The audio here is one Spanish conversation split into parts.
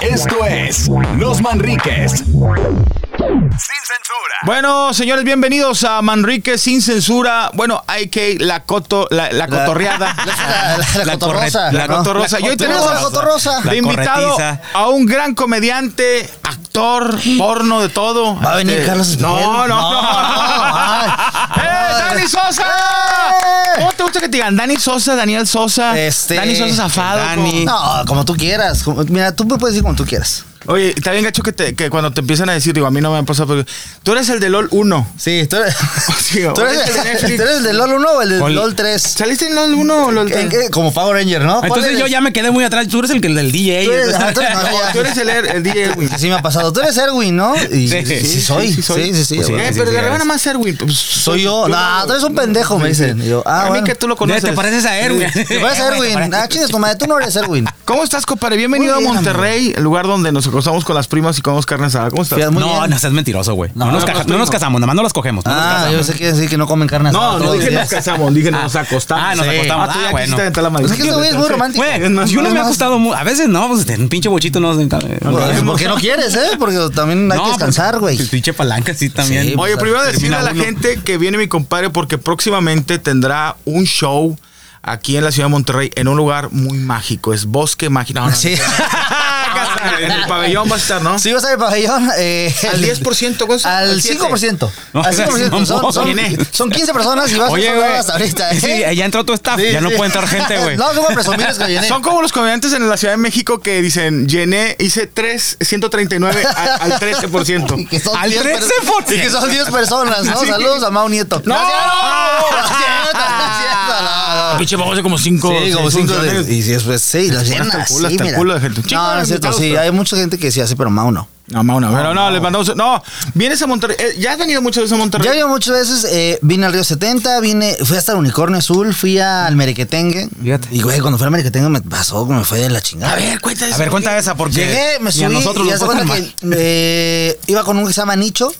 Esto es Los Manriques. Sin censura. Bueno, señores, bienvenidos a Manrique sin censura. Bueno, hay que la coto, la, la cotorreada. La, la, la cotorrosa. La ¿no? cotorrosa. Y hoy tenemos La cotorrosa. de La invitado corretiza. a un gran comediante, actor, porno, de todo. Va a venir Este, Carlos Esquivel. No, no, no. No, no, ay. ¡Eh, Dani Sosa! ¡Eh! ¿Cómo te gusta que te digan Dani Sosa, Daniel Sosa? Este, Dani Sosa Zafado. como- Dani. No, como tú quieras. Como- mira, tú me puedes decir como tú quieras. Oye, está bien gacho que, te- que cuando te empiezan a decir, digo, a mí no me han pasado, pero tú eres el de LOL 1. Sí, tú eres, Sí, tú eres- ahorita en tú Netflix. eres el de LOL 1 o el de Ol- LOL 3. ¿Saliste en LOL 1 o LOL 3? Como Power Ranger, ¿no? ¿Cuál Ah, Entonces eres? yo ya me quedé muy atrás. Tú eres el que- del DJ. Tú eres- ah, tú eres- er- entonces- no, ya. Tú eres el, el DJ Erwin. Así me ha pasado. Tú eres Erwin, ¿no? Y, sí, Eh, sí, soy. Sí, sí, sí. Pues güey. eh, sí, pero sí, de eres. nada más Erwin. Pues, soy yo. No, tú eres un pendejo, me dicen. Y yo, ah, a mí bueno. que tú lo Mira, conoces. Te pareces a Erwin. Te pareces Eh, güey, te Erwin. pareces- Ah, chingas tu madre. Tú no eres Erwin. ¿Cómo estás, compadre? Bienvenido Muy a bien, amigo. Monterrey, el lugar donde nos acostamos con las primas y comemos carne asada. ¿Cómo estás? Fíjate, muy No, bien. no seas mentiroso, güey. No, No, nos, no, caja- no, no nos no. casamos, nomás no las cogemos. no nos Ah, casamos. yo sé que decir que no comen carne asada No, no todos dije los nos días. casamos, dije nos acostamos. Ah, nos Sí. acostamos. tú ya Ah, bueno. quisiste aventar la Pues madre. es que este güey es muy romántico. Güey, Es más, yo no es me ha más. costado mu- A veces no, pues un pinche bochito no. Pues, Hay ¿Por qué no quieres, eh? Porque también hay que pues, descansar, güey. Pinche palanca, sí, también. Sí, pues, Oye, primero termina decirle a la uno. gente que viene mi compadre porque próximamente tendrá un show aquí en la ciudad de Monterrey en un lugar muy mágico. Es Bosque Mágico. No, no, Sí. no, en el pabellón va a estar, ¿no? Sí, vas a ir pabellón. eh, Al 10%, ¿cuánto es? Al Al 7. 5%. No, al 5%. Son, son- ¿quién es? son 15 personas y vas a Oye, ser güey. hasta ahorita. ¿eh? Sí, ya entró tu staff. Sí, Ya no sí. puede entrar gente, güey. No, no voy a presumir, es que llené. Son como los comediantes en la Ciudad de México que dicen, llené, hice 3, 139 a- al 13%. Y que son al 10 per- 13%. Y que son 10 personas, ¿no? Saludos a Mau Nieto. ¡No! No es cierto, no es cierto, no es cierto, no, no. Pinche baboso como 5. Sí, como cinco de, y si es, pues, sí, las pones llenas. hasta el culo, sí, hasta el mira. culo de gente. Chingo No, de no es cierto, invitados, sí. pero- Hay mucha gente que sí hace, pero Mau no. No, Mau, no, pero no, les mandamos. No, vienes a Monterrey. Eh, ya has venido muchas veces a Monterrey. Ya había muchas veces, eh, vine al Río 70, vine, fui hasta el Unicornio Azul, fui al Merequetengue. Fíjate. Y güey, cuando fui al Merequetengue me pasó, me fue de la chingada. A ver, cuéntales. A ver, cuenta esa, porque. Llegué, me ni subí a nosotros y nos haz de tocan cuenta mal. que eh, iba con un que se llama Nicho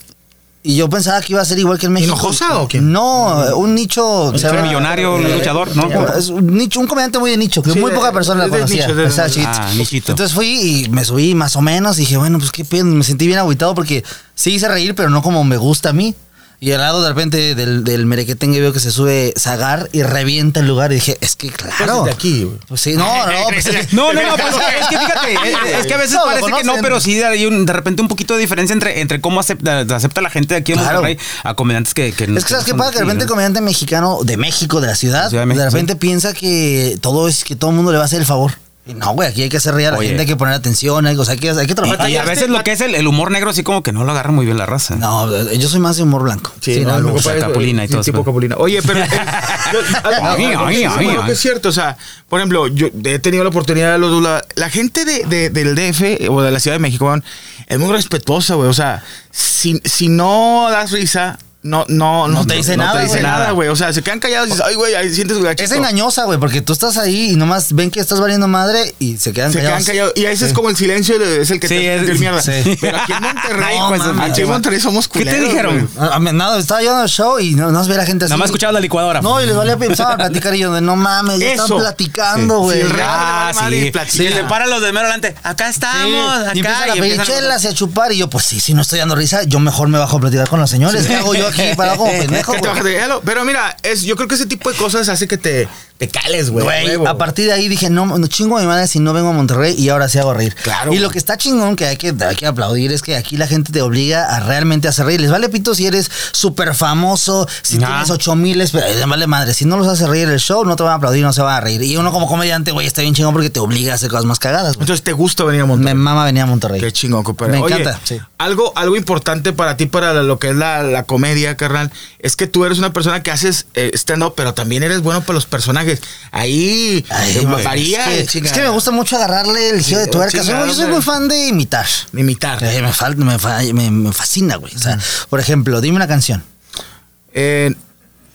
y yo pensaba que iba a ser igual que en México. ¿Hinojosa o qué? No, un Nicho... se llama- millonario, un luchador, ¿no? Es un, nicho, un comediante muy de nicho, que Sí, muy de- poca persona es la de conocía. nicho, de- estaba chiquito. Ah, nichito. Entonces fui y me subí más o menos. Y dije, bueno, pues qué pedo. Me sentí bien agüitado porque sí hice reír, pero no como me gusta a mí. Y al lado de repente del, del merequetengue veo que se sube Zagar y revienta el lugar. Y dije, es que claro. Pues, de aquí, güey. Pues sí, no, no, pues, es que- No, no, no, pues es que fíjate, es, es que a veces No, lo parece que no, conocen. pero sí hay un- de repente un poquito de diferencia entre, entre cómo acepta, acepta la gente de aquí en Claro. Monterrey a comediantes que, que no- Es que sabes que qué no pasa, son que de repente el así, ¿no? comediante mexicano de México, de la ciudad, Ciudad de de, México, repente piensa que todo es que todo el mundo le va a hacer el favor. Y no, güey, aquí hay que hacer reír a la Oye. gente, hay que poner atención, hay, o sea, hay que, hay que trabajar. Y, y a veces lo que es el, el humor negro así como que no lo agarra muy bien la raza. No, yo soy más de humor blanco. Sí, no, no, no, eh, me gusta. compadre, Capulina y sí, todo eso. tipo Capulina. Oye, pero. eh, yo- algo- Ay, algo ay, que sí, ay, bueno, ay. que es cierto, o sea, por ejemplo, yo he tenido la oportunidad de los dos lados. La gente de, de- del DF eh, o de la Ciudad de México weón, es muy respetuosa, güey. O sea, si, si no das risa. No, no, No te dice nada, te dice güey. nada, güey. O sea, se quedan callados y dices, ay, güey, ahí sientes güey, Es gachito". engañosa, güey, porque tú estás ahí y nomás ven que estás valiendo madre y se quedan Se quedan callados. callados. Y a veces como el silencio es el que Sí, te es- hace sentir mierda. sí. Pero aquí en Monterrey, No, pues, mames. aquí en Monterrey somos ¿Qué te culeros. dijeron? güey. A- a mí, Ah, Nada, estaba yo en el show y no, más ve a la gente así. Nada más escuchaba la licuadora. No, y les valía empezaba a platicar y yo de no mames, ya Eso. están platicando, güey. Sí, el Ya. real Ah, Madre, madre, sí. y platica. Sí, le paran los de mero delante. Acá estamos, acá. y empiezan a y pedir empiezan a- chelas y a chupar. Y yo, pues sí, si no estoy dando risa, yo mejor me bajo a platicar con los señores. ¿Qué hago yo aquí parado como pendejo? Que te güey? bajes de hielo. Pero mira, es, yo creo que ese tipo de cosas hace que te, te cales, güey. Güey, Huevo. a partir de ahí dije, no, no chingo a mi madre si no vengo a Monterrey y ahora sí hago reír. Claro, Y lo güey. que está chingón que hay que, hay que aplaudir es que aquí la gente te obliga a realmente hacer reír. Les vale pito si eres súper famoso, si Nah. tienes ocho miles, pero les vale madre. Si no los hace reír el show, no te van a aplaudir, no se van a reír. Y uno como comediante, güey, está bien chingón porque te obliga a hacer cosas más cagadas. güey. Entonces te gusta venir a Me Monterrey. mama venir a Monterrey. Qué chingón, compadre. Me Oye, encanta, sí. Algo, algo importante para ti, para lo que es la, la comedia, carnal, es que tú eres una persona que haces eh, stand-up, pero también eres bueno para los personajes. Ahí Ay, eh, güey, varía. es, que, es que me gusta mucho agarrarle el giro de Sí, tuerca. Soy- chingado, yo soy güey. muy fan de imitar. Imitar. Eh, me, fal- me, fa- me- me fascina, güey. O sea, por ejemplo, dime una canción. Eh,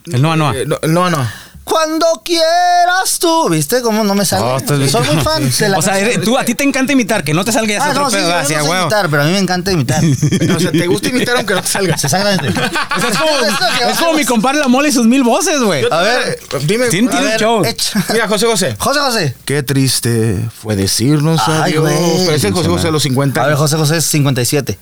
El Noa Noa. eh, no, no, no. Cuando quieras tú. ¿Viste cómo no me sale? Oh, estás bien Soy muy fan de la O sea, canción. eres- tú, a ti te encanta imitar, que no te salga ya Ah, otro no, sí, pedo, yo no así, sé a huevo. imitar, pero a mí me encanta imitar. O sea, te gusta imitar aunque no te salgas. Exactamente. O sea, es como, es como mi mi compadre La Mole y sus mil voces, güey. A ver, dime. ¿Quién a tiene ver, show? echa. Mira, José José. José José. Qué triste fue decirnos Ay, adiós. güey. Pero es el José José de los 50. A ver, José José es 57.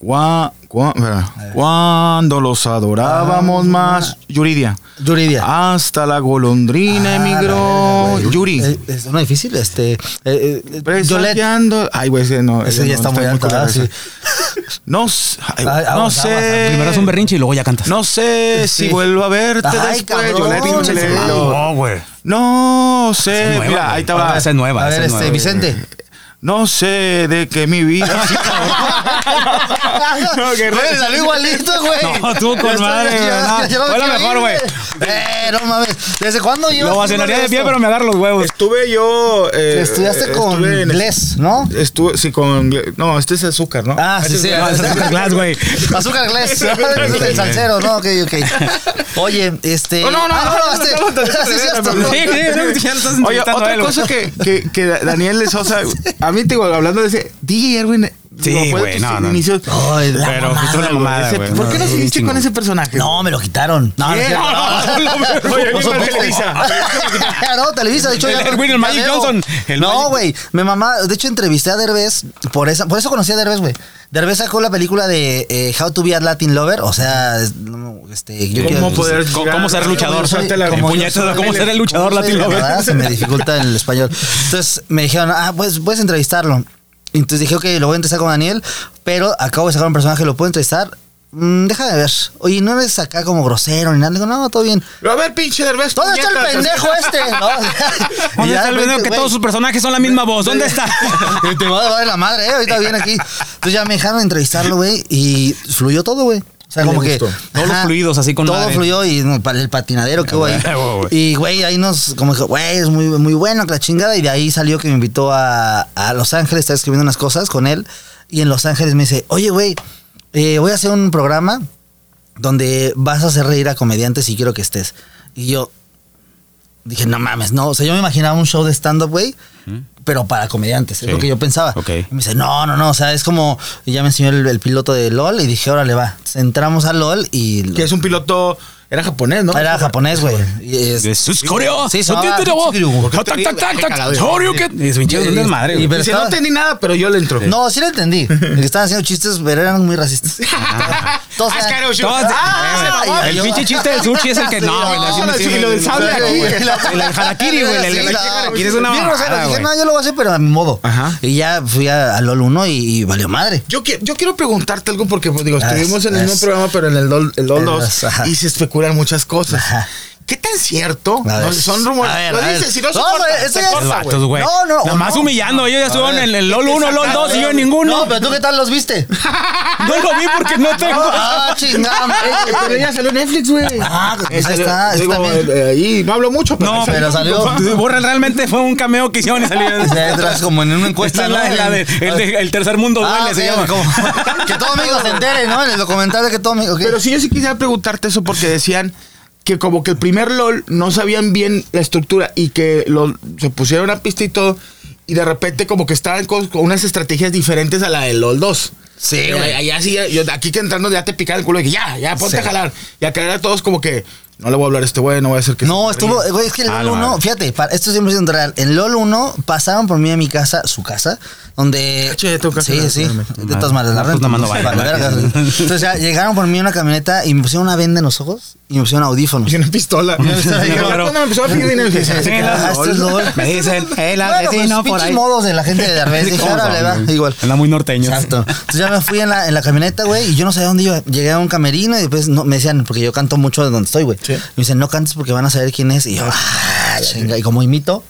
Gua- gua- espera. Eh. Cuando los adorábamos más. Yuridia. Ah, Yuridia. Hasta la golondrina Ah, la emigró. verga, güey. Yuri. Eh, Es una difícil, este. eh, eh, Yolette. Presagiando- Ay, güey, ese no. Ese ese no, ya está muy alto, culero ¿verdad? ese. Sí. Ah, No, s- ay, Ay, no aguas, aguas, sé. Primero es un berrinche y luego ya cantas. No sé Sí. si vuelvo a verte Ay, después. cabrón, Yolette, pinche ese Lelo. güey. güey. Esa No sé. es nueva, Mira, güey. ahí estaba. Esa es nueva. A esa ver, es este, nueva. Vicente. No sé de qué mi vida. No, que güey, salió igualito, güey. No, tú con Estoy- madre, ya- güey, ya- no. ya lo Fue la quiero mejor, ir, güey. Eh, no mames. ¿Desde cuándo llevas? Lo vacionaría de pie, pero me agarro los huevos. Estuve yo. eh, Estudiaste eh, con estuve en- inglés, ¿no? Estuve, sí, con. inglés. No, este es azúcar, ¿no? Ah, sí, Este sí. es- es azúcar glass, güey. Azúcar glass. Es el salsero, ¿no? Ok, ok. Oye, este. No, no, no, Ah, no, no, este- no, no, no, sí, no, sí, no, esto- no, Sí, sí, no, ya lo estás Oye, entrevistando a otra él, güey. cosa que, que, que Daniel de Sosa, a mí, te digo, hablando de ese, DJ Erwin, eh, Sí, digo, fue de güey, tus no, no. inicios. Ay, la Pero mamada, justo la güey. mamada, Ese- güey. ¿Por qué no No, sí, seguiste con chingón. ese personaje? No, me lo quitaron. No, no, es ¿Qué? cierto, no. Oye, ¿qué tal Televisa? Ah, no, Televisa, de hecho. El ya- Erwin, el ya Magic debo. Johnson, el no, Magic- güey. Mi mamá, de hecho, entrevisté a Derbez. Por, esa, por eso conocí a Derbez, güey. Derbez sacó la película de eh, How to be a Latin Lover. O sea, es- no, este, yo ¿Cómo quiero- poder ¿Cómo- cómo ser luchador? Soy- Suéltala, como güey. yo soy- ¿cómo ser el luchador Como soy de latino, güey? Canadá, Se me dificulta el español. Entonces me dijeron, ah, pues puedes entrevistarlo. Entonces dije, ok, lo voy a entrevistar con Daniel, pero acabo de sacar un personaje, lo puedo entrevistar. Mm, deja de ver. Oye, no eres acá como grosero ni nada. Digo, no, todo bien. Pero a ver, pinche Derbez. ¿Dónde está el puñetas, pendejo este? ¿No? Y ¿Dónde ya está el de repente, video que güey, todos sus personajes son la misma voz? ¿Dónde está? Te va a dar la madre, ¿eh? Ahorita viene aquí. Entonces ya me dejaron entrevistarlo, güey, y fluyó todo, güey. O sea, Le como que. gustó. Todos los fluidos, así con Todo madre. fluyó y no, pa- el patinadero que hubo ahí. huevo, güey. Y, güey, ahí nos. Como que, güey, es muy, muy bueno, que la chingada. Y de ahí salió que me invitó a, a Los Ángeles, estaba escribiendo unas cosas con él. Y en Los Ángeles me dice, oye, güey, eh, voy a hacer un programa donde vas a hacer reír a comediantes y quiero que estés. Y yo dije, no mames, no. O sea, yo me imaginaba un show de stand-up, güey, pero para comediantes. Es Sí. lo que yo pensaba. Ok. Y me dice, no, no, no. O sea, es como. Y ya me enseñó el, el piloto de LOL y dije, órale, va. Entramos a LOL y. Que es un piloto. Era japonés, ¿no? Era japonés, güey. Y es- De sus coreo. Sí, no sonaba- tiene voz. Tac, te tac, tac, ríes? tac. Sorry, que. Es un chingo de madre, Y- güey. pero Dice, estaba- no entendí nada, pero yo le entro. este? No, sí lo entendí. Que Estaban haciendo chistes, pero eran muy racistas. Todos eran- Ascaro, yo- Todas- Ah, se mamó. el pinche chiste del sushi es el que Sí, no, güey. no, así no, sí, sí, güey. lo del sable aquí. El del harakiri, güey. El Sí, del no, harakiri es una bien grosero. mamada, Dije, güey. no, yo lo voy a hacer, pero a mi modo. Ajá. Y ya fui a, a LOL 1 y, y valió madre. Yo, qui- yo quiero preguntarte algo porque, pues, digo, Ah, estuvimos en el es- Ah, mismo programa, pero en el LOL, el LOL 2 es- ajá. y se especulan muchas cosas. Ajá. ¿Qué tan cierto? A ver. No, son A ver, rumores. Lo a ver. dices, si no se No, corta, güey, eso se ya es- corta, Exacto, güey. Vatos, No, güey. no, Nada o más no. humillando. Ellos ya estuvieron en el LOL 1, LOL 2 y yo en ninguno. No, pero tú qué tal los viste. No lo vi porque no tengo. Ah, chingada. Eh, Pero ya salió en Netflix, güey. Ah, pues Eh, ahí salió- está, digo, está bien. eh, ahí no hablo mucho, pero. No, ahí salió. pero salió. Borra realmente fue un cameo que hicieron y salió. Entras como en una encuesta. Esta es la, ¿no? la de, el, de- el tercer mundo Ah, duele, se ok, llama. como- que todo México se entere, ¿no? En el documental de que todo México. ok. Pero sí, yo sí quisiera preguntarte eso porque decían que como que el primer LOL no sabían bien la estructura y que lo- se pusieron a pista y todo. Y de repente como que estaban con, con unas estrategias diferentes a la del LOL 2. Sí, Pero güey. Allá sí, yo, aquí que entrando ya te picaban el culo y dije, ya, ya, ponte Sí. a jalar. Y acá era todos como que, no le voy a hablar a este güey, no voy a hacer que... No, se estuvo, ríe". güey, es que el Ah, LOL la 1, madre. fíjate, pa- esto es 100% real. En LOL 1 pasaron por mí a mi casa, su casa, donde. Che, tengo que sí, hacer- sí. espérame. De todas maneras, la Pues renta. nada más no vale, vaya, la ¿verdad? verga. Entonces ya llegaron por mí una camioneta y me pusieron una venda en los ojos y me pusieron audífonos. Y una pistola. Y yo, Pero- ¿Cuándo me pues, empezó a pedir dinero? Y dije, Sí, la- ah, esto es LOL. Me dicen, el Bueno, pues, asesino por pinches ahí. modos de la gente de Derbez. Dije, ¿Cómo órale, son? va, igual. Anda muy norteño. Exacto. Entonces ya me fui en la, en la camioneta, güey, y yo no sabía dónde iba. Llegué a un camerino y después no, me decían, porque yo canto mucho de donde estoy, güey. Sí. Me dicen, no cantes porque van a saber quién es. Y yo, ah, chinga. Y como imito,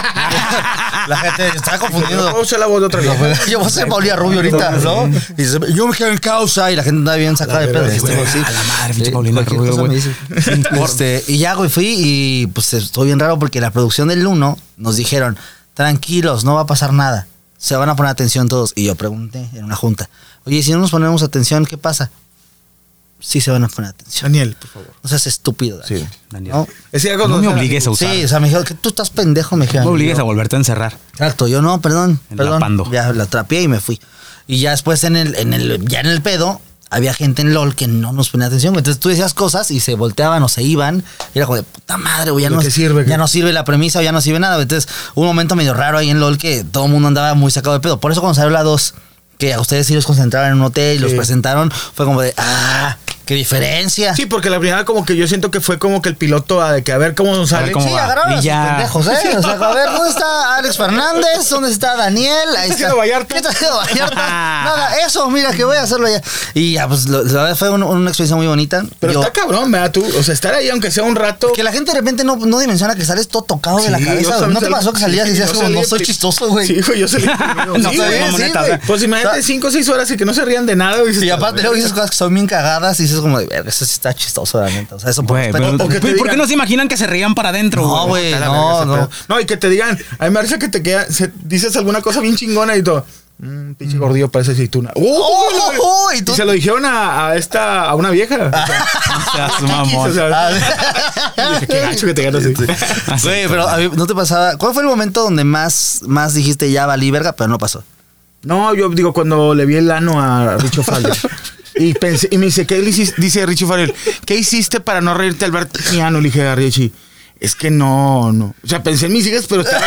"Oh, la gente estaba confundiendo. "No, usa la voz de otra vez. Yo voy a ser Paulina Rubio ahorita, ¿no? Y dice, yo me quedo en causa. Y la gente andaba bien sacada de pedo. güey, Este, a la madre, pinche Sí, Paulina cualquier Rubio, cosa güey. me dice. Este, y ya, güey, fui y pues estoy bien raro porque la producción del 1 nos dijeron, tranquilos, no va a pasar nada. Se van a poner atención todos. Y yo pregunté en una junta, oye, si no nos ponemos atención, ¿qué pasa? sí se van a poner atención. Daniel, por favor. No seas estúpido, Daniel. Sí. Daniel. ¿no? Es que No cuando- me obligues a usar. Sí, o sea, me dijeron que tú estás pendejo, me no dijeron. me obligues Yo- a volverte a encerrar. Exacto, yo no, perdón, perdón. Enlapando. Ya la trapié y me fui. Y ya después en el, en el, ya en el pedo, había gente en LOL que no nos ponía atención. güey. Entonces tú decías cosas y se volteaban o se iban. Y era como de puta madre, güey, ya, ¿De no, qué sirve, ya güey? no sirve la premisa o ya no sirve nada. güey. Entonces, hubo un momento medio raro ahí en LOL que todo el mundo andaba muy sacado de pedo. Por eso cuando salió la 2, que a ustedes sí los concentraron en un hotel y los Sí. presentaron, fue como de ah, qué diferencia. Sí, porque la primera como que yo siento que fue como que el piloto a, de que a ver cómo nos sale. ah, ver cómo Sí, va. agarraron a Y sus ya. pendejos, ¿eh? O sea, a ver, ¿dónde está Alex Fernández? ¿Dónde está Daniel? Ahí ¿Qué está haciendo Vallarta? ¿Qué está haciendo Vallarta? Nada, eso, mira, que voy a hacerlo ya. Y ya, pues, lo- la verdad fue un- una experiencia muy bonita. Pero Yo- está cabrón, ¿verdad? Tú, o sea, estar ahí aunque sea un rato. que la gente de repente no, no dimensiona que sales todo tocado de la Sí, yo cabeza. güey. salí- ¿No te pasó que salías y sí, decías yo como, salí no de soy pri- chistoso, güey? Sí, güey, yo salí primero. No, Sí, soy güey, sí, mamoneta, güey. o sea. Pues imagínate 5 o 6 horas y que no se rían de nada. dices, Y aparte luego dices cosas que son bien cagadas y dices como, de, verga, eso sí está chistoso, la neta. O sea, eso por Güey, respeto. pero- o que te güey, ¿por qué digan- no se imaginan que se reían para adentro? No, güey, Está la no, verga ese no. pedo. No, y que te digan, a mí me parece que te queda, se- dices alguna cosa bien chingona y todo. Mmm, pinche gordillo parece aceituna. ¡Uh! Mm. Oh, oh, oh, y y, tú- se lo dijeron a, a esta, a una vieja. Seas O mamón. sea, A ver. Ah. qué gacho que te ganas así. Así. Güey, pero a mí no te pasaba. ¿Cuál fue el momento donde más, más dijiste ya valí verga, pero no pasó? No, yo digo, cuando le vi el ano a Richo Farrell. Y, pensé, y me dice, ¿qué le hiciste? Dice Richo Farrell, ¿qué hiciste para no reírte al ver mi ano? Le dije a Richie, es que no, no. O sea, pensé en mis hijas, pero estaba...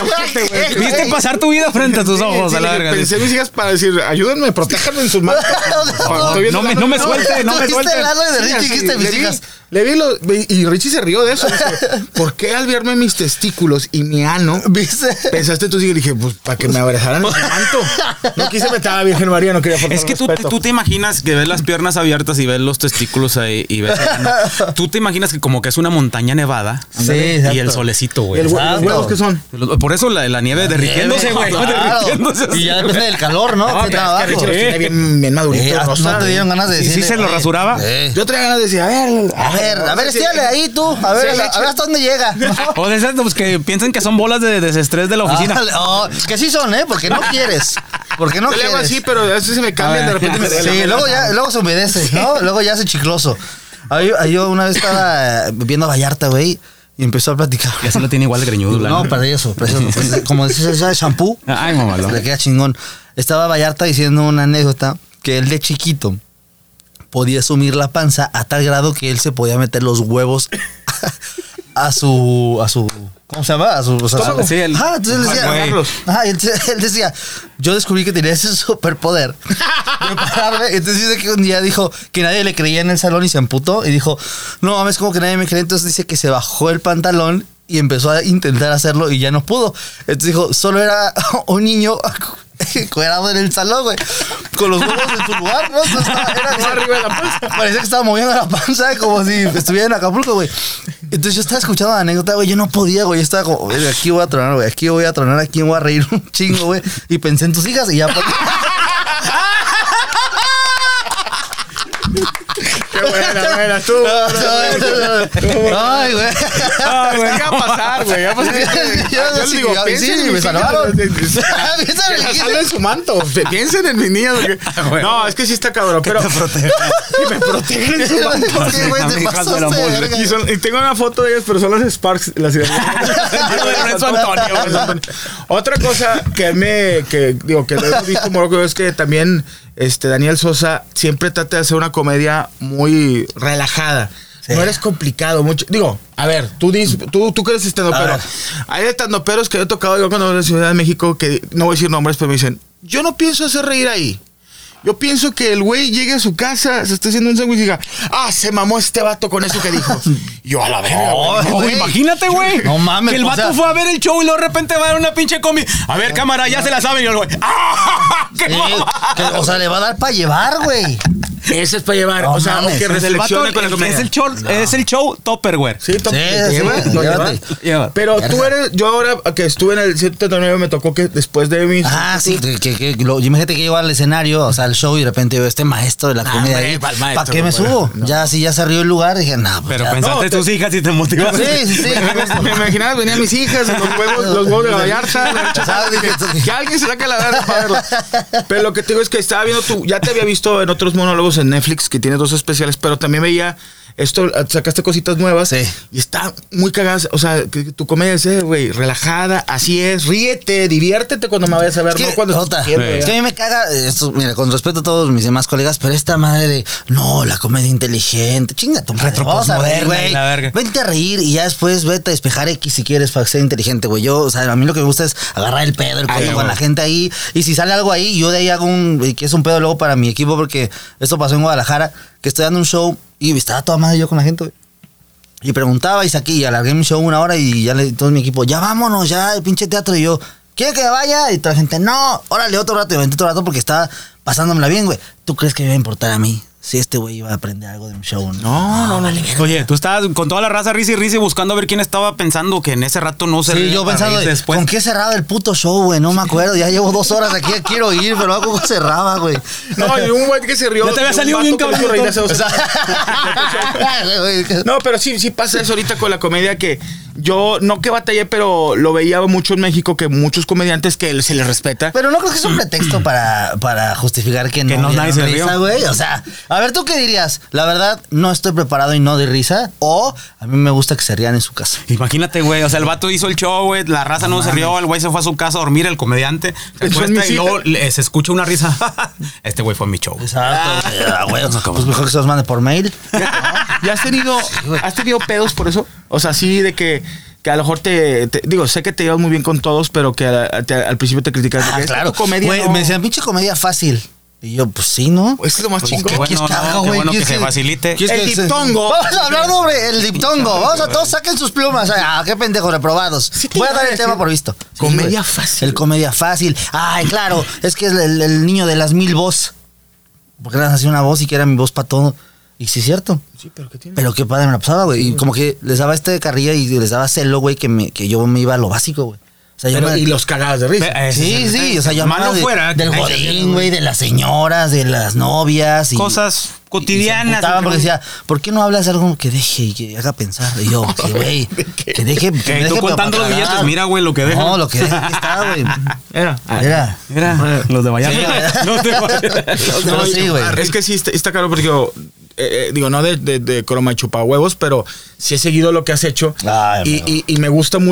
Tócate, güey. Viste pasar tu vida frente a tus Sí, ojos, sí, a la le dije, verga. Pensé en mis hijas para decir, ayúdenme, protéjanme en sus manos. Estoy viendo no me- la- no me sueltes, Tú no me dijiste sueltes. el ano y de Richie Sí, dijiste le mis vi- hijas. Le vi lo- y Richie se rió de eso. dice, ¿Por qué al verme mis testículos y mi ano ¿Viste? Pensaste tú y le dije, pues para que me abrazaran el manto. No quise meter a la Virgen María, no quería faltar Es que al tú, respeto. tú te imaginas que ves las piernas abiertas y ves los testículos ahí y ves. el ano. Tú te imaginas que como que es una montaña nevada Sí, y exacto. el solecito, ¿Y güey. el hue- Exacto. ¿Los huevos que son? Los- Por eso la, la nieve derritiéndose, güey. Claro. derritiéndose así, Y ya güey. depende del calor, ¿no? No, pero Qué es que trabajo. Richie los Eh. tiene bien, bien maduritos, Ah, Eh, rosa, no te dieron güey. ganas de ¿Y sí decir. se lo rasuraba? Yo tenía ganas de decir, a ver, A ver, a ver, estíale ahí tú. A ver, a- a ver hasta dónde llega. O de esas pues, que piensan que son bolas de desestrés de la oficina. Ah, oh, que sí son, ¿eh? Porque no quieres. Porque no Yo le hago quieres. Ah, así, pero a veces se me cambian, de repente me duele. Sí, luego, ya, luego se humedece, ¿no? Luego ya hace chicloso. Ahí- ahí Yo una vez estaba eh, viendo a Vallarta, güey, y empezó a platicar. Ya se lo tiene igual de greñudo, la No, neta. para eso, para eso. Pues, Como dices, ya de shampoo. pues, Ay, mamá, no. Le queda chingón. Estaba Vallarta diciendo una anécdota que él de chiquito podía sumir la panza a tal grado que él se podía meter los huevos a, su. a su. ¿Cómo se llama? A su. o sea, Estómago. su- Sí, el- Ajá, entonces él Ay, decía. güey. Ajá, y entonces él decía, yo descubrí que tenía ese superpoder. de pararme. Entonces dice que un día dijo que nadie le creía en el salón y se amputó. Y dijo, no mames, como que nadie me cree. Entonces dice que se bajó el pantalón y empezó a intentar hacerlo y ya no pudo. Entonces dijo, solo era un niño cuadrado en el salón, güey. Con los huevos en su lugar, ¿no? O sea, estaba- era- arriba de la panza. Parecía que estaba moviendo la panza ¿eh? como si estuviera en Acapulco, güey. Entonces yo estaba escuchando la anécdota, güey. Yo no podía, güey. Yo estaba como, "Verga, aquí voy a tronar, güey. Aquí voy a tronar, aquí me voy a reír un chingo, güey. Y pensé en tus hijas y ya. pues, Qué buena, buena, tú. Ay, güey. Ah, güey. Es que va a pasar, güey? va a pasar. Yo Yo sí, le digo, ya, sí, piensen en me mis salvaron. hijas. Piensa en Que mis la salen su manto. Se- Piensen en mis niños. porque- Ah, güey. No, es que sí está cabrón. Pero que me protegen su manto. ¿Por qué, güey? Amigas Te de la pasaste de mole. verga. Y, son- y tengo una foto de ellas, pero son las Sparks, las Lorenzo Antonio, güey. Otra cosa que me, que digo, que lo hemos visto Morocco es que también este, Daniel Sosa siempre trata de hacer una comedia muy relajada. No eres complicado mucho. Digo, a ver, tú dis- tú, tú que eres A estandopero. ver. Hay estandoperos que yo he tocado yo cuando voy a la Ciudad de México que no voy a decir nombres, pero me dicen, yo no pienso hacer reír ahí. Yo pienso que el güey llegue a su casa, se está haciendo un sándwich y diga, ah, se mamó este vato con eso que dijo. yo a la verga, güey. No, güey. imagínate, güey. No mames, Que el o vato sea- fue a ver el show y luego de repente va a dar una pinche combi. A ver, cámara, ya se la saben. Y yo, güey. ¡Ah! ¡Qué Sí, mamada! que- O sea, le va a dar para llevar, güey. Ese es para llevar. No o sea, mames, o que Es Pues el, vato, reflexione con la comedia. es, el show, es el show Topperware. Sí, to- Sí, te sí, lleva, lo llévate. lleva. Lleva. Pero tú Verga. eres, yo ahora que estuve en el 139 me tocó que después de mí. Ah, sí, que, que, que lo- imagínate que llego al escenario, o sea, al show, y de repente veo este maestro de la Ah, comedia hombre, ahí. pa'l ¿Para maestro, qué me no, subo? Ya, si ya se rió el lugar, dije, nah, pues Pero ya. pensaste No, te- tus hijas y te motivaste. Sí, sí, sí. Me imaginaba, venían mis hijas, los huevos, los huevos de la Vallarta. la rechazada, dije, que alguien se saque la verga para verlo. Pero lo que te digo es que estaba viendo tú, ya te había visto en otros monólogos en Netflix que tiene dos especiales, pero también veía esto, sacaste cositas nuevas Sí. y está muy cagada. O sea, que tu comedia es, eh, güey, relajada, así es, ríete, diviértete cuando me vayas a ver, Es que, no cuando Jota, estés viendo, es que a ya. mí me caga, eh, esto, mira, con respeto a todos mis demás colegas, pero esta madre de, no, la comedia inteligente, chinga tu madre, vamos a ver, postmoderna y güey, la verga. vente a reír y ya después vete a despejar X si quieres para ser inteligente, güey, yo, o sea, a mí lo que me gusta es agarrar el pedo, el Ay, coño con güey. la gente ahí, y si sale algo ahí, yo de ahí hago un, eh, que es un pedo luego para mi equipo, porque esto pasó en Guadalajara, que estoy dando un show y estaba toda madre yo con la gente, güey. Y preguntaba y saqué y alargué mi show una hora y ya le todo mi equipo, ya vámonos, ya el pinche teatro. Y yo, ¿quiere que me vaya? Y toda la gente, no, órale otro rato. Y me aventé otro rato porque estaba pasándomela bien, güey. ¿Tú crees que me iba a importar a mí si este güey iba a aprender algo de mi show? No, no, no. Oye, tú estabas con toda la raza risa y risa y buscando a ver quién estaba pensando que en ese rato no se Sí, reía yo para pensando, reírse de, después. ¿con qué cerraba el puto show, güey? No me acuerdo, ya llevo dos horas aquí, ya quiero ir, pero algo cerraba, güey. No, y un güey que se rió. Ya te había de un salido bien, vato que cabrón. hizo reír hace dos O sea, No, pero sí, sí pasa eso ahorita con la comedia que yo no que batallé, pero lo veía mucho en México que muchos comediantes que se les respeta. Pero no creo que es un pretexto para, para justificar que no, Que no, nadie dieron se rió. risa, güey. O sea, a ver, ¿tú qué dirías? La verdad, no estoy preparado y no de risa. O a mí me gusta que se rían en su casa. Imagínate, güey. O sea, el vato hizo el show, güey. La raza no, se rió. El güey se fue a su casa a dormir, el comediante. Se Pensó en acuesta mi y cita. luego le- se escucha una risa. este güey fue a mi show. Exacto. güey. Ah, güey, pues mejor que se los mande por mail. ¿Ya has tenido, has tenido pedos por eso? O sea, sí, de que, que a lo mejor te, te- Digo, sé que te llevas muy bien con todos, pero que a- a- te- al principio te criticaron. Ah, claro. comedia. Güey, no- me decían, pinche comedia fácil. Y yo, pues sí, ¿no? Es lo más Pues chingón. qué bueno, está, ¿no? Qué güey, bueno ¿qué que es se el- facilite. ¿Qué es El que se- diptongo. Vamos a hablar sobre el diptongo. Vamos a todos saquen sus plumas. Ah, qué pendejos reprobados. Sí te Voy a iba dar a el decir. tema por visto. Comedia güey. fácil. El comedia fácil. Ay, claro. Es que es el, el niño de las mil voz. Porque eras así una voz y que era mi voz para todo. Y sí es cierto. Sí, pero ¿qué tiene? Pero qué padre me la pasaba, güey. Y como que les daba este carrilla y les daba celo, güey, que, me- que yo me iba a lo básico, güey. O sea, yo Pero- me- y los cagadas de risa. Pe- eh, Pues, Sí, Ese es el sí, detalle. o sea, llamaba Malo de- fuera, del que- godín, güey, de las señoras, de las novias. y- Cosas cotidianas. y se emputaban porque decía, ¿por qué no hablas de algo que deje y que haga pensar? Y yo, que güey, que deje. Que Eh, me tú deje contando los para billetes, tragar. mira, güey, lo que deja. Ah, No, lo que deja aquí está, güey. Era. Mira. Mira, los de Miami. Sí, güey. Los de Miami. No, No, sí, y- güey. Es que sí, está, está caro porque digo, eh, eh, digo, no de, de, de croma chupa huevos, pero sí he seguido lo que has hecho. Ay, y, amigo. y- y me gusta mucho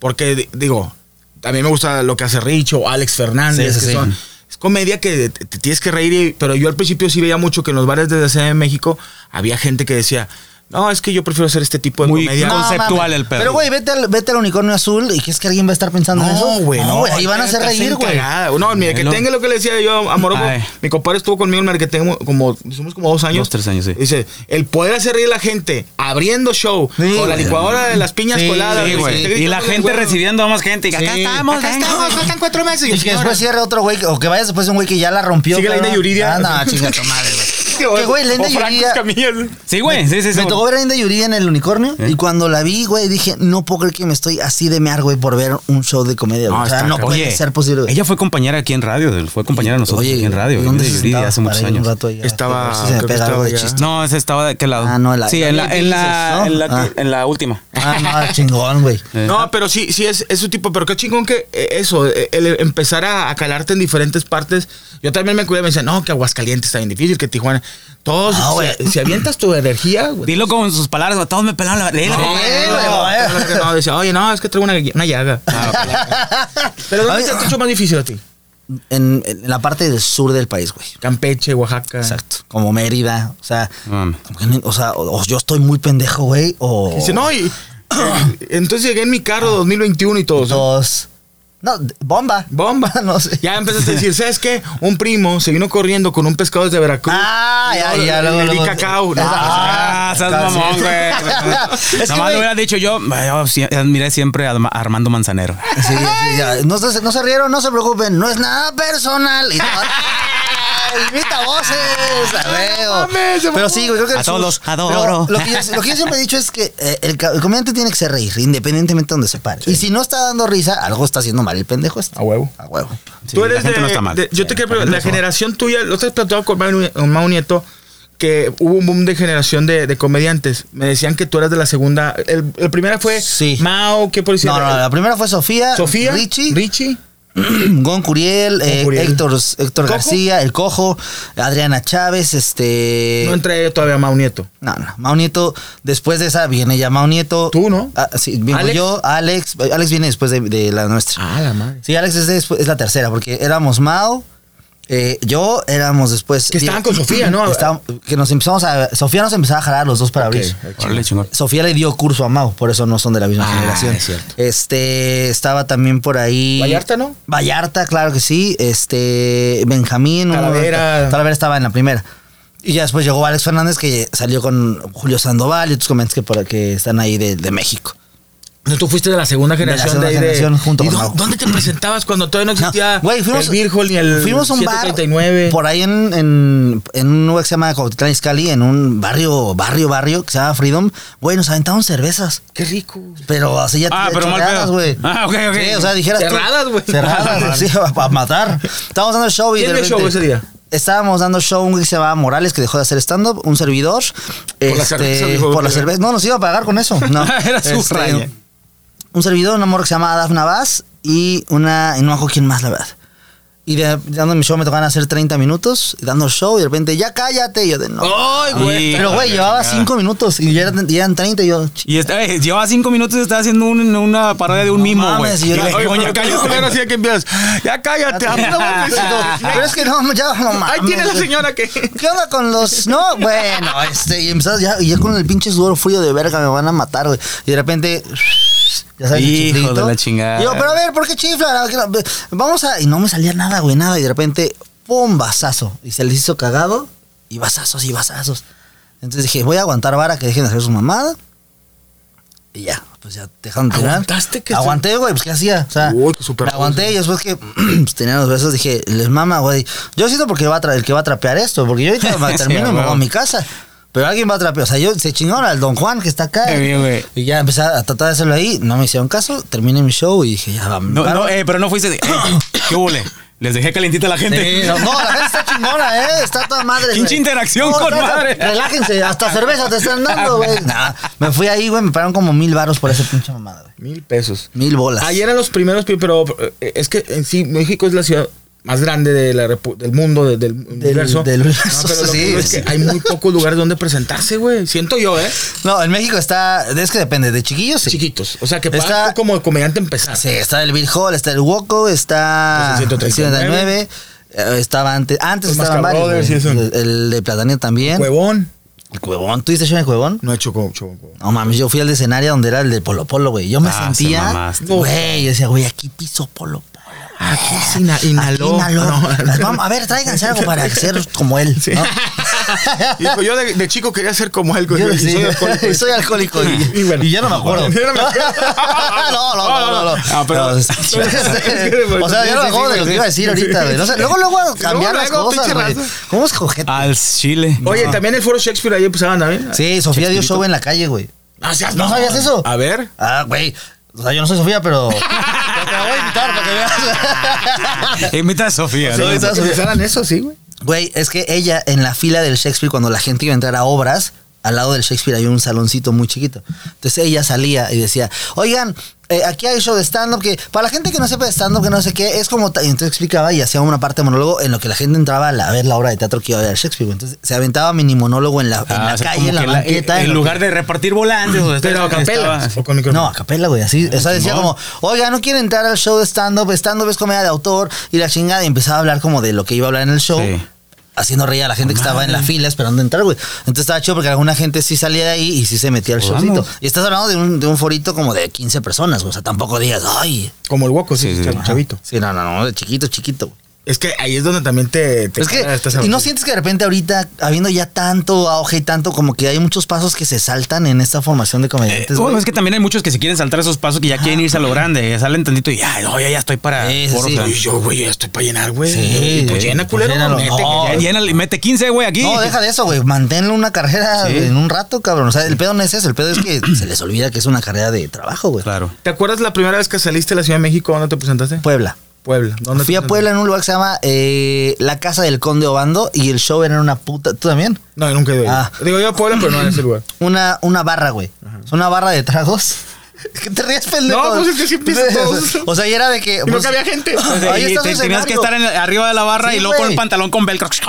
porque, di- digo, también me gusta lo que hace Richo, Alex Fernández. Sí, sí, que sí. son- es comedia que te, te tienes que reír, y- pero yo al principio sí veía mucho que en los bares de Ciudad de México había gente que decía, no, es que yo prefiero hacer este tipo de Muy comedia. No, conceptual mames. el pedo. Pero, güey, vete al, vete al unicornio azul y que es que alguien va a estar pensando en eso. No, güey, no. Ahí van a hacer te hacen reír, güey. cagada. No, mira, que Bueno. tenga lo que le decía yo a Moroco. Ay. Mi compadre estuvo conmigo en Marquetengo como, somos como dos años. Dos, tres años, sí. Dice, el poder hacer reír a la gente abriendo show Sí, con la güey. licuadora de las piñas Sí, coladas. Sí, güey, güey. te gritan, Y la güey, gente güey. recibiendo a más gente. Y que acá Sí. estamos, Acá venga, estamos, güey. faltan cuatro meses. Y que después cierre otro güey, o que vayas después de un güey que ya la rompió. Sigue la cabrón. India Yuridia. Ah, no, chinga tu madre, güey. Que, güey, Linda O Franco Yuridia- Escamilla. Sí, güey. Sí, sí, sí. Me tocó ver a Linda Yuridia en el unicornio ¿Eh? y cuando la vi, güey, dije, no puedo creer que me estoy así de mear, güey, por ver un show de comedia. güey. No, o sea, está no cabrón. puede Oye, ser posible. güey. Ella fue compañera aquí en radio, fue compañera de nosotros aquí en radio. ¿y ¿dónde Linda se Yuridia, sentaba hace muchos para ir un años. rato ahí a- Estaba- a ver si se me creo que pega algo de estaba ya. chiste. No, ese estaba de qué lado. Ah, no, en la- Sí, en la, en la, ¿no? en la, Ah. en la última. Ah, no, chingón, güey. Eh. No, pero sí, sí es, es su tipo. Pero qué chingón que eh, eso, eh, el empezar a, a calarte en diferentes partes. Yo también me cuidé, me decían, no, que Aguascalientes está bien difícil, que Tijuana. Todos, Ah, si- si, güey. avientas tu energía, güey. Dilo con sus palabras, todos me pelaron la. léela, No, güey. Ah. güey, no, eh, no, no, decía, oye, no, es que traigo una, una llaga. Pero ¿dónde se te ha hecho más difícil a ti? En, en la parte del sur del país, güey. Campeche, Oaxaca. Exacto. Como Mérida. O sea, Mami. como que no- o, sea o, o yo estoy muy pendejo, güey, o... Dice, no, y entonces llegué en mi carro 2021 y todos. Dos. No, d- bomba. Bomba. no sé. Ya empezaste a decir, ¿sabes qué? Un primo se vino corriendo con un pescado desde Veracruz. Ah, ya, No, ya, le- luego, le di luego. cacao. No, Ah, seas claro, mamón, sí. güey. Es que, Nada más güey, lo hubiera dicho yo, yo sí- admiré siempre a Arma- Armando Manzanero. Sí, sí, ya. No, se, no se rieron, no se preocupen. No es nada personal. Y- ¡Ay, Imita voces, la veo. mames, se Pero mamó. sí, güey, creo que A el todos sur- los adoro. pero Lo que, yo, lo que yo siempre he dicho es que eh, el, ca- el comediante tiene que ser reír, independientemente de donde se pare. Y si no está dando risa, algo está haciendo mal el pendejo este. A huevo. A huevo. Sí, Tú eres la gente de, no está mal. de- yo Sí, te quiero la gente preguntar, no la está mal. generación tuya, lo estás platicando con Mau- con Mau Nieto, que hubo un boom de generación de, de comediantes. Me decían que tú eras de la segunda. El, el primera fue Sí. Mao, ¿qué policía? No, no, la primera fue Sofía. Sofía, Richie. Richie, Gon Curiel, eh, Curiel. Héctor, Héctor ¿Cojo? García, El Cojo, Adriana Chávez, este... Eh. No entré todavía Mau Nieto. No, no. Mao Nieto, después de esa viene ya Mao Nieto. Tú, ¿no? Ah, sí, vengo Alex. yo, Alex. Alex viene después de, de la nuestra. Ah, la madre. Sí, Alex es, después- es la tercera, porque éramos Mao, eh, yo, éramos después. Que estaban con Sofía, ¿no? Estaban- que nos empezamos a. Sofía nos empezaba a jalar a los dos para Ok, abrir. ok. Órale, chingón. Sofía le dio curso a Mao, por eso no son de la misma Ah, generación. es cierto. Este estaba también por ahí. Vallarta, ¿no? Vallarta, claro que sí. Este Benjamín, uno- Talavera. Talavera estaba en la primera. Y ya después llegó Alex Fernández que salió con Julio Sandoval y otros comentes que por que están ahí de, de México. No, tú fuiste de la segunda la generación. segunda ahí generación junto ¿Y con dó- Mau. ¿Dónde te presentabas cuando todavía no No, existía güey, fuimos- el Virgol ni el fuimos a un bar 739? por ahí en, en, en un lugar que se llama Cuautitlán Izcalli, en un barrio, barrio, barrio que se llama Freedom. Güey, nos aventaron cervezas. Qué rico. Pero así ya Ah, ya pero mal chorreadas, pedo. güey. Ah, ok, ok. Sí, o sea, dijeras tú- Cerradas, güey. Cerradas, sí, para matar. Estábamos dando show y ¿Quién de dio show repente- ese día? Estábamos dando show un güey que se llamaba Morales que dejó de hacer stand-up, un servidor. Este, la cerveza, dijo. por la cerveza. No, nos iba a pagar con eso. No. Este, Era su raya. Un servidor, un amor que se llamaba Dafna Vaz y una. Y no me acuerdo quién más, la verdad. Y de, dando mi show me tocaban hacer 30 minutos, y dando show y de repente, ya cállate. Y yo de no. ¡Ay, Y- güey! Pero güey, la llevaba chingada. 5 minutos y ya eran, ya eran 30 y yo, "Ch- Y está, eh, llevaba cinco minutos y estaba haciendo un- una parodia de un mimo, güey. mames, Y yo le era- dije, Oye, "Oye, pero- cállate, Ahora sí hay que empiezas. Ya cállate, a mí no me hables eso". Pero es que no, ya, no mames. Ahí tiene la güey. señora que. ¿Qué onda con los.? No, bueno, este, y empezás ya, y ya con el pinche sudor frío de verga, me van a matar, güey. Y de repente. Ya sabes, el Hijo chiflito. de la chingada. Y yo, pero a ver, ¿por qué chifla? Ah, Vamos a. Y no me salía nada, güey, nada. Y de repente, ¡pum! Bazazo. Y se les hizo cagado, y basazos, y basazos. Entonces dije, voy a aguantar vara que dejen de hacer su mamada. Y ya, pues ya te dejaron tirar. ¿Aguantaste que- Aguanté, güey, pues ¿qué hacía? O sea, Uy, qué super- la aguanté y después que pues, tenía los besos dije, les mama, güey. Yo siento porque va a tra- el que va a trapear esto, porque yo ahorita me Sí, termino y me güey. voy a mi casa. Pero alguien va a trapear. O sea, yo se chingaron al Don Juan que está acá. Qué bien, güey. Y ya empecé a tratar de hacerlo ahí. No me hicieron caso. Terminé mi show y dije, ya, vamos. No, no, eh, pero no fuiste. de, eh, ¿Qué huele? Les dejé calentita a la gente. no, no, la gente está chingona, ¿eh? Está toda madre. Pinche güey. interacción con está- madre. Relájense, hasta cerveza te están dando, güey. Nah, me fui ahí, güey, me pagaron como mil varos por esa pinche mamada, güey. Mil pesos. Mil bolas. Ahí eran los primeros, pi- pero eh, es que en sí México es la ciudad más grande de la repu- del mundo, de- del, universo. del universo, No, pero lo sí, que digo es sí. que hay muy pocos lugares donde presentarse, güey. Siento yo, ¿eh? No, en México está. Es que depende, de chiquillos, sí. Chiquitos. O sea, que para Está- tú como comediante empezar. Ah, Sí, está el Bill Hall, está el Woco, está Pues el 139. eh, Estaba antes, antes Los estaban Masca varios. Brothers güey. y eso. El, el de Platanio también. Huevón. El Cuevón, ¿tú hiciste show en el Cuevón? No he hecho co- show en Cuevón. No mames, yo fui al escenario donde era el de Polo Polo, güey. Yo me Ah, se sentía, mamaste. güey, yo decía, güey, aquí piso Polo Polo. Aquí se ina- Ah, inhaló. Aquí inhaló. No, no. Vamos, a ver, tráiganse algo para ser como él. ¿no? Dijo, yo de, de chico quería ser como él. güey, Yo y sí, soy alcohólico. y soy alcohólico y, Y bueno. y ya no me acuerdo. Ya no me acuerdo. no, no, no, no, no. Ah, pero- No, es- o sea, ya no me acuerdo de lo que iba a decir ahorita, güey. No sé, luego, luego a cambiar las luego, cosas, pinche güey. raza. Ah, ¿Cómo es cojete? Al chile. Oye, también el foro Shakespeare ahí empezaban también. Sí, Sofía dio show en la calle, güey. Ah, seas ¿No mamón. sabías eso? A ver. Ah, güey. O sea, yo no soy Sofía, pero. pero Te la voy a invitar para que veas. Invita a Sofía. Sí, ¿no? está- Que empezaran eso, sí, güey. Güey, es que ella en la fila del Shakespeare, cuando la gente iba a entrar a obras, al lado del Shakespeare hay un saloncito muy chiquito. Entonces ella salía y decía, oigan, eh, aquí hay show de stand-up que, para la gente que no sepa de stand-up, que no sé qué, es como, ta- y entonces explicaba y hacía una parte de monólogo en lo que la gente entraba a, la- a ver la obra de teatro que iba a ver Shakespeare. güey. Entonces se aventaba mini monólogo en la, en Ah, la o sea, calle, como en la que banqueta. En lo que- lugar de repartir volantes. o sea, Pero a estaba- capelas. estaba- O con no, micrófono. a capela, güey, así. O sea, decía chingón. como, oiga, no quiere entrar al show de stand-up, stand-up es comedia de autor, y la chingada, y empezaba a hablar como de lo que iba a hablar en el show. Sí. Haciendo reír a la gente que estaba en la fila esperando entrar, güey. Entonces estaba chido porque alguna gente sí salía de ahí y sí se metía al Pues Vamos. showcito. Y estás hablando de un, de un forito como de 15 personas, güey. O sea, tampoco digas, ay. Como el hueco, sí, Sí, sí, chavo- ajá. chavito. Sí, no, no, no, de chiquito, chiquito. güey. Es que ahí es donde también te. te Es que, cagas, estás y no aburrido. sientes que de repente ahorita, habiendo ya tanto auge y tanto, como que hay muchos pasos que se saltan en esta formación de comediantes. Eh, Eh, Bueno, güey. oh, es que también hay muchos que se quieren saltar esos pasos que ya quieren irse a lo grande. ya Salen tantito y ya, no, ya, ya estoy para. Ah, Sí, sí, foro, sí. o sea, Y yo, güey, ya estoy para llenar, güey. Sí, Y pues sí. llena, culero. Pues llénalo. mete, que No. ya llénale, mete 15, güey, aquí. No, deja de eso, güey. Manténle una carrera Sí. en un rato, cabrón. O sea, el pedo no es eso. El pedo es que se les olvida que es una carrera de trabajo, güey. Claro. ¿Te acuerdas la primera vez que saliste a la Ciudad de México? ¿Dónde te presentaste? Puebla. Puebla. ¿Dónde te Fui a presentaste? Puebla en un lugar que se llama eh, La Casa del Conde Obando y el show era en una puta. ¿Tú también? No, yo nunca he ido. Ah. Digo, yo a Puebla, pero no en ese lugar. Una, una barra, güey. Es Una barra de tragos. ¿Qué te ríes, pendejo? No, pues es que sí empiezan todos. O sea, y era de que. no pues, cabía gente. Ahí Y está te- su tenías que escenario. estar en el- arriba de la barra Sí, y luego con güey. un pantalón con velcro. Sí,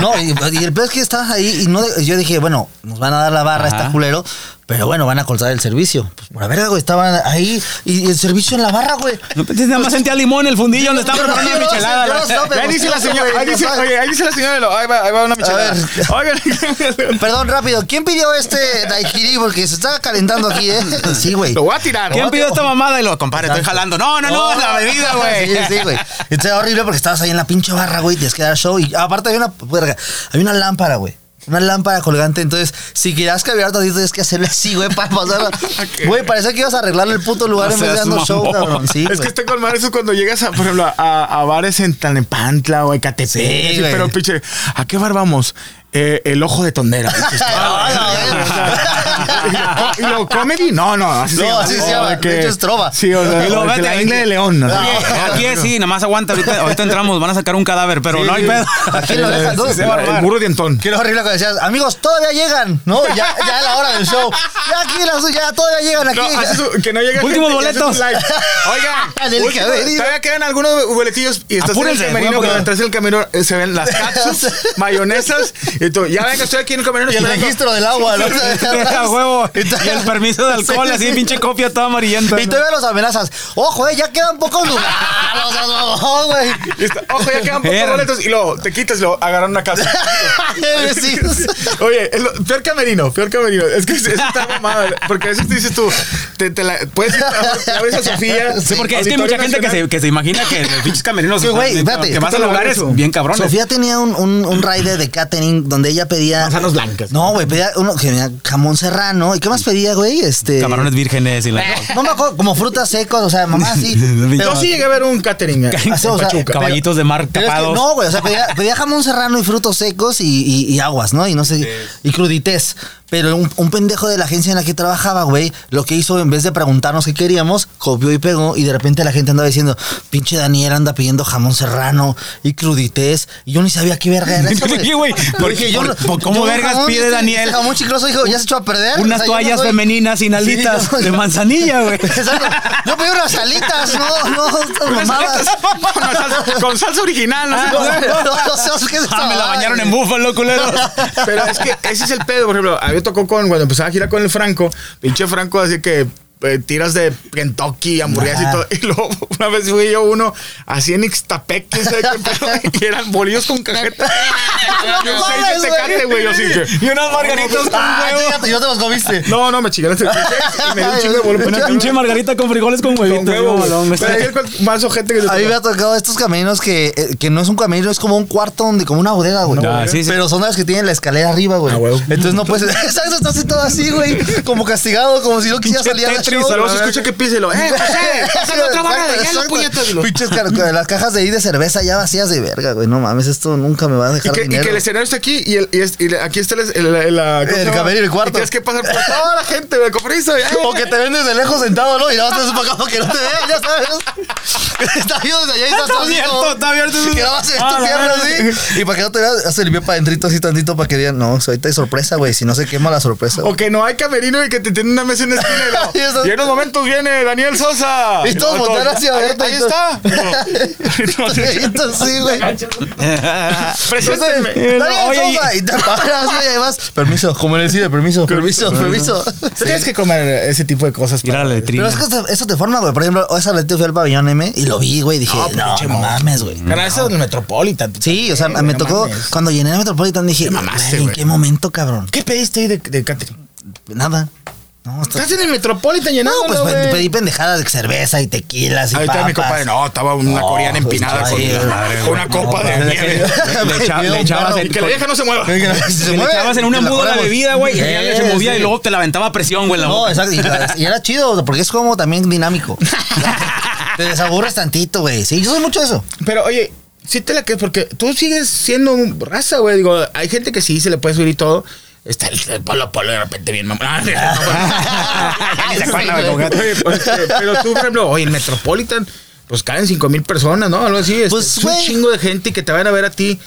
no, y, y el peor es que estabas ahí y no, yo dije, bueno, nos van a dar la barra, Ajá. está culero, pero bueno, van a cortar el servicio. Pues por la verga, güey, estaban ahí y el servicio en la barra, güey. No pensé, nada más sentía limón en el fundillo donde estaba Yo no- preparando yo la no- michelada. yo no la- sé, pero- Ahí dice la señora, ahí dice, oye, ahí dice la señora, de lo- ahí va, ahí va una michelada. ver. Oigan, Perdón, rápido, ¿quién pidió este daiquiri? Porque se está calentando aquí, ¿eh? Sí, güey. lo voy a tirar. ¿Quién pidió esta mamada? Y lo compadre, estoy Exacto. jalando. No, no, no, es la bebida, güey. Sí, sí, güey. Entonces era horrible porque estabas ahí en la pinche barra, güey, tienes que dar show. Y aparte había una, verga, había una lámpara, güey. Una lámpara colgante, entonces, si querías caviar tantito, tienes que hacerle así, güey, para pasar. Güey, parecía que ibas a arreglar el puto lugar No en vez de seas dando show, mamón. cabrón. Sí, es que güey. estoy con madre eso cuando llegas, a, por ejemplo, a, a bares en Tlanepantla o Ecatepec. Sí, así, güey. pero, pinche, ¿a qué bar vamos? Eh, el ojo de tondera. Ah, ¿Y lo- la ¿Y lo comedy? No, no. Así No, así se o llama. de que- De hecho, es trova. Sí, o sea, Y luego o de que vete, la vete. isla de León. ¿no? Ah, Aquí es, sí, nada más aguanta. Ahorita, ahorita entramos, van a sacar un cadáver, pero no hay pedo. Aquí lo dejan, ¿no? El- el burro de Antón. Que era horrible cuando decías, amigos, todavía llegan, ¿no? Ya, ya a la hora del show. Ya aquí, la- ya todavía llegan aquí. No, haces un- que no llega Últimos gente y haces boletos. un live. Oigan, Del último- camerino. todavía quedan algunos boletillos y estás en Apúrense, el camerino, voy a cuando poner- entras en el camerino eh, se ven las cachups, mayonesas y tú, ya venga, estoy aquí en el camerino. Y el esperando. registro del agua, ¿no? A huevo. Y el permiso de alcohol, Sí, así, sí. pinche copia toda amarillenta. Y todavía los amenazas. Ojo, eh, ya quedan pocos lugares. O sea, no, güey. Y está, Ojo, ya quedan pocos Verga. boletos y luego te quitas y lo agarran una casa. Sí. Oye, es lo- peor camerino, peor camerino. Es que es- es está mamada. Porque a veces te dices tú, te, te la, puedes ir a, a ver a Sofía. Sí, Porque es que hay mucha gente que se, que se imagina que los pinches camerinos Que, güey, que espérate, que vas a espérate, lugares eso. bien cabrones. Sofía tenía un, un, un rider de catering donde ella pedía. Manzanas blancas. No, güey, pedía uno que tenía jamón serrano. ¿Y qué más pedía, güey? Este. Camarones vírgenes y la. No me acuerdo, como frutas secas, o sea, mamá sí. Yo sí llegué a ver un catering. eh, Así, o sea, en Pachuca. Caballitos de mar Pero es que tapados. no, güey, o sea, pedía, pedía jamón serrano y frutos secos y, y- y aguas, ¿no? Y no sé, y crudités. Pero un, un pendejo de la agencia en la que trabajaba, güey, lo que hizo en vez de preguntarnos qué queríamos, copió y pegó y de repente la gente andaba diciendo, pinche Daniel anda pidiendo jamón serrano y crudités. Y yo ni sabía qué verga era eso, Sí, güey, ¿por- Dije, por- por cómo un vergas pide este- Daniel? este Jamón chicloso, dijo, ya se echó a perder. Unas O sea, yo no toallas soy- femeninas sin Sí, alitas no, de yo- manzanilla, güey. Exacto. Yo pedí unas alitas, no, no, estas Con mamadas. salsa- con salsa- Con salsa original, no sé cómo. Ah, me la bañaron en búfalo, culero. Pero es que ese es el pedo, por ejemplo, a mí me tocó con cuando empezaba a girar con el Franco, pinche Franco, así que eh, tiras de Kentucky, hamburguesas Ah. y todo. Y luego una vez fui yo uno así en Ixtapec, quién sabe qué pedo, y eran bolillos con cajeta. Y un No seis mames, de güey. tecate, güey, yo así que- Y unas margaritas con Ah, huevo. fíjate, yo te los comiste. No, no, me chigaron este y me dio un chingo de boludo. Una pinche margarita con frijoles con con huevitos. huevo. no, no, güey. no, Pero ahí es cual- más ojete que yo A mí me ha tocado estos camerinos que, eh, que no es un camerino, es como un cuarto donde, como una bodega, güey. Ah, sí, sí. Pero son las que tienen la escalera arriba, güey. Ah, huevo. Entonces no puedes. Exacto, estás así todo así, güey. Como castigado, como si no quisieras salir al Tetris, show. luego se escucha que píselo. ¡Eh, José! ¡Pásale otra barra de hielo, Exacto, puñetas! Pues exacto. Pinches car- car- las cajas de ahí de cerveza ya vacías de verga, güey. No mames, esto nunca me va a Y dejar que, y dinero. que el escenario está aquí y, el, y, es- y la- aquí está el, el, el, la- ¿cómo El se llama? camerino, el cuarto. Y tienes que pasar por toda la gente, güey, con prisa. ya. O que te ven desde lejos sentado, ¿no? Y nada más te haces para acá para que no te vean, ya sabes. Está viendo desde allá y estás Está abierto, está abierto. Y que nada más ves Ah, tu la pierna madre. así. Y para que no te vean, se limpió para adentrito así tantito para que digan, no, ahorita hay sorpresa, güey. Si no se quema la sorpresa. Oh, O que no hay camerino y que te tienen una mesa en una esquina. Y, Y luego, eso- "Y en unos momentos viene Daniel Sosa. Y todos luego voltean hacia "Ahí- verte, Ahí y todo- está. Entonces, Entonces, sí, güey. Preséntenme. Daniel Oye, y- Sosa, y te paras, güey, además. Permiso, como le decía, permiso, permiso, permiso. Tú Tienes que comer ese tipo de cosas. Ir a la para- letrina. Pero es que eso- eso te forma, güey. Por ejemplo, esa vez fui al pabellón M y lo vi, güey. Dije, no, no mames, güey. pues, Pero eso es el Metropolitan. tú Sí, o sea, también, me no tocó mames. cuando llené el Metropolitan dije, mamaste, "Güey, ¿en güey. qué momento, cabrón? ¿Qué pediste ahí de, de catering? Nada. No, está- Estás en el Metropolitan No, llenando. pues pe- pedí pendejadas de cerveza y tequilas y Ahí está papas. mi compadre. No, estaba una No, coreana empinada pues, con, ay, madre, con una güey. copa No, de pues, nieve. Le echa- Me le dio echabas un Y el- que la vieja no se mueva. paro. Te le echabas en un Te la embudo la jugamos. bebida, güey. Y Sí, ella se movía Eh, sí. y luego te la aventaba a presión, güey. la No, boca. exacto. Y, la- y era chido, porque es como también dinámico. te desaburres tantito, güey. Sí, yo soy mucho de eso. Pero oye, sí te la que porque tú sigues siendo un raza, güey. Digo, hay gente que sí se le puede subir y todo. Está el, el polo polo de repente bien mamá. Ya ni se acuerda, güey, como que- Oye, pues, eh, Pero tú, por ejemplo, oye, el Metropolitan, pues caen cinco mil personas, ¿no? Algo así. este, Pues, es un güey. chingo de gente que te van a ver a ti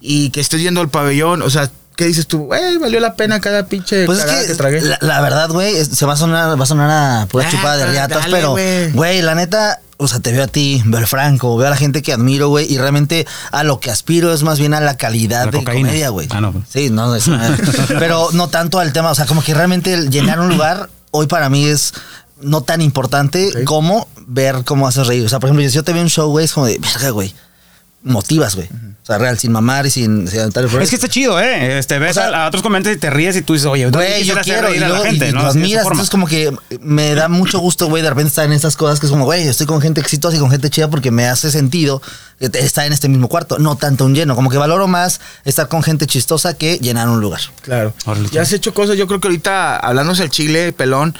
y que estés yendo al pabellón. O sea, ¿Qué dices tú? Güey, valió la pena cada pinche Pues cagada es que, que, tragué. La, la verdad, güey, es- se va a sonar, va a sonar a pura Ah, chupada de dale, riatas, dale, pero, güey. güey, la neta, o sea, te veo a ti, veo al Franco, veo a la gente que admiro, güey, y realmente a lo que aspiro es más bien a la calidad La de cocaína. comedia, güey. Ah, no. Sí, no, eso no es. pero no tanto al tema, o sea, como que realmente el llenar un lugar hoy para mí es no tan importante Ok. como ver cómo haces reír. O sea, por ejemplo, si yo te veo un show, güey, es como de, verga, güey, motivas, güey. O sea, real, sin mamar y sin... sin tal- Es que está chido, ¿eh? Este, ves O sea, a, a otros comediantes y te ríes y tú dices, oye, Güey, yo quisiera hacer quiero y reír a luego la gente, y ¿no? lo Así de esa admiras, forma. entonces como que me da mucho gusto, güey, de repente estar en estas cosas que es como, güey, estoy con gente exitosa y con gente chida porque me hace sentido estar en este mismo cuarto, no tanto un lleno, como que valoro más estar con gente chistosa que llenar un lugar. Claro. Órale, ya has hecho cosas, yo creo que ahorita, hablándose del chile, pelón,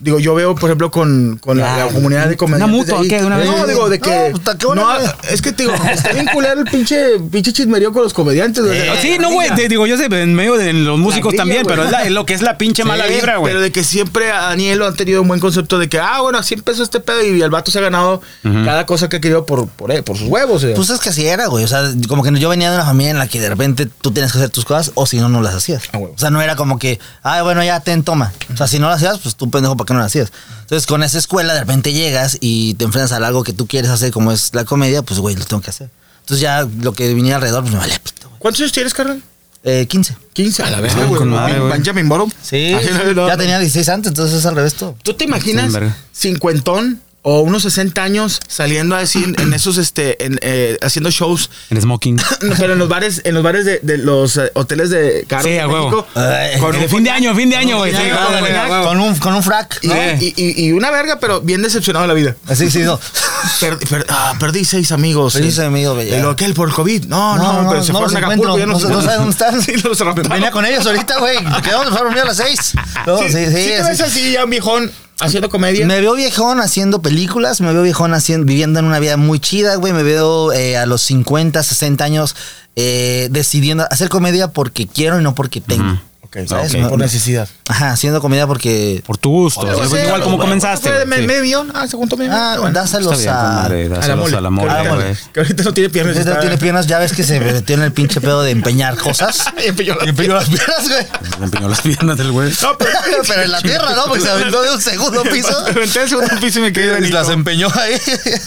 digo, yo veo, por ejemplo, con, con la, Ya, la comunidad de comediantes. mutua, de ahí. ¿qué? ¿De una vez? No, digo, de que. No, puta, qué buena no, idea. es que te digo, está bien culero el pinche, pinche chismerío con los comediantes. güey. Ah, Sí, no, güey. te Digo, yo sé, en medio de los músicos grilla, también, güey. pero es, la- es lo que es la pinche mala Sí, vibra, güey. Pero de que siempre a Daniel han tenido un buen concepto de que, ah, bueno, así empezó este pedo y el vato se ha ganado cada cosa que ha querido por, por, él, por sus huevos. eh. Pues es que así era, güey. O sea, como que yo venía de una familia en la que de repente tú tienes que hacer tus cosas o si no, no las hacías. Ah, huevo. O sea, no era como que, ay, bueno, ya ten, toma. O sea, si no las hacías, pues tú pendejo, ¿para qué no las hacías? Entonces, con esa escuela de repente llegas y te enfrentas a algo que tú quieres hacer, como es la comedia, pues, güey, lo tengo que hacer. Entonces, ya lo que venía alrededor, pues me vale pito, güey. ¿Cuántos años tienes, carnal? Eh, 15. 15. A la vez, Ah, güey. con madre, güey. Benjamin Bottom. Sí, Así, sí. no, ya no. tenía 16 antes, entonces es al revés todo. ¿Tú te imaginas Sí, verga. cincuentón o unos 60 años saliendo a decir en esos, este, en, eh, haciendo shows, El smoking. pero en los bares, en los bares de, de los eh, hoteles de caros Sí, de a huevo. México, Ay, eh, con De un- fin de año, fin de año, güey. fin de Sí, año, ándale, güey. a huevo. Con un, con un frac. y, ¿no? y- y- y una verga, pero bien decepcionado de la vida. Así, sí, no. Per- per- ah, perdí seis amigos. Perdí Eh, seis amigos, güey, ya. Y lo aquel por COVID. No, no, No, no, pero se no fueron a los Acapulco. encuentro, ya no sé- no sé dónde están. Sí, los raptaron. Venía con ellos ahorita, güey. Quedamos para dormir a las 6. No, sí, sí, sí te así- ves así ya, viejón, haciendo comedia. Me veo viejón haciendo películas, me veo viejón haciendo, viviendo en una vida muy chida, güey. Me veo eh, a los 50, 60 años eh, decidiendo hacer comedia porque quiero y no porque tengo. Ok, ¿sabes? ok, No- por necesidad. Ajá, haciendo comedia porque... Por tu gusto. Pues, güey, eh, Igual como bueno, fue comenzaste. de me- sí. medio millón. Ah, se juntó medio Ah, millón. Bueno, dáselos a... A la mole. que, a la ahorita, mole. que ahorita no tiene piernas. Entonces no está- tiene piernas, ya ves que se metió en el pinche pedo de empeñar cosas. Empeñó las Empeñó las piernas, güey. Me empeñó las piernas del güey. No, pero. Pero en la tierra, ¿no? Porque se aventó de un segundo piso. Me aventé al segundo piso y me quedé Y Danito. las empeñó ahí.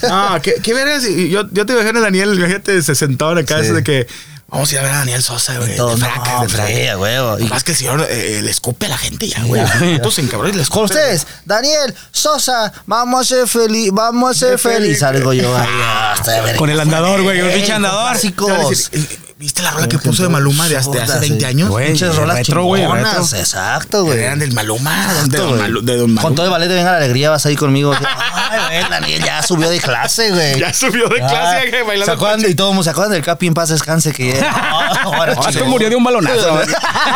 Ah, qué, qué vergas. Y Yo, yo te imagino a Daniel, imagínate, se sentaban acá, Sí. eso de que. Vamos a ir a ver a Daniel Sosa, güey. Todo, de fraca, no, de fraca. sí, a huevo. Y- Más que el señor eh, le escupe a la gente ya, güey. Entonces, en cabrón, le escupe. Con ustedes, Daniel, Sosa, vamos a ser feliz, vamos a ser Ser feliz. feliz. Salgo yo ahí. ah, hasta de verga. Con el andador, güey, un Ey, pinche con andador. Te van a Clásicos. decir, eh, eh, ¿Viste la rola que puso de Maluma de hasta hace 20 años? Güey, Pinches rolas retro, güey, chingonas, retro. Exacto, güey. Eran del Maluma. De Exacto, Don, güey. Malu- de don Maluma. Con todo el ballet de Venga la Alegría vas ahí conmigo. Ay, güey, Daniel ya subió de clase, güey. Ya subió de clase, Ay, güey, bailando Ah, ¿Se acuerdan? coche. de- Y todos se acuerdan del Capi en paz descanse que ahora Ah, Esto murió de un balonazo. güey. Murió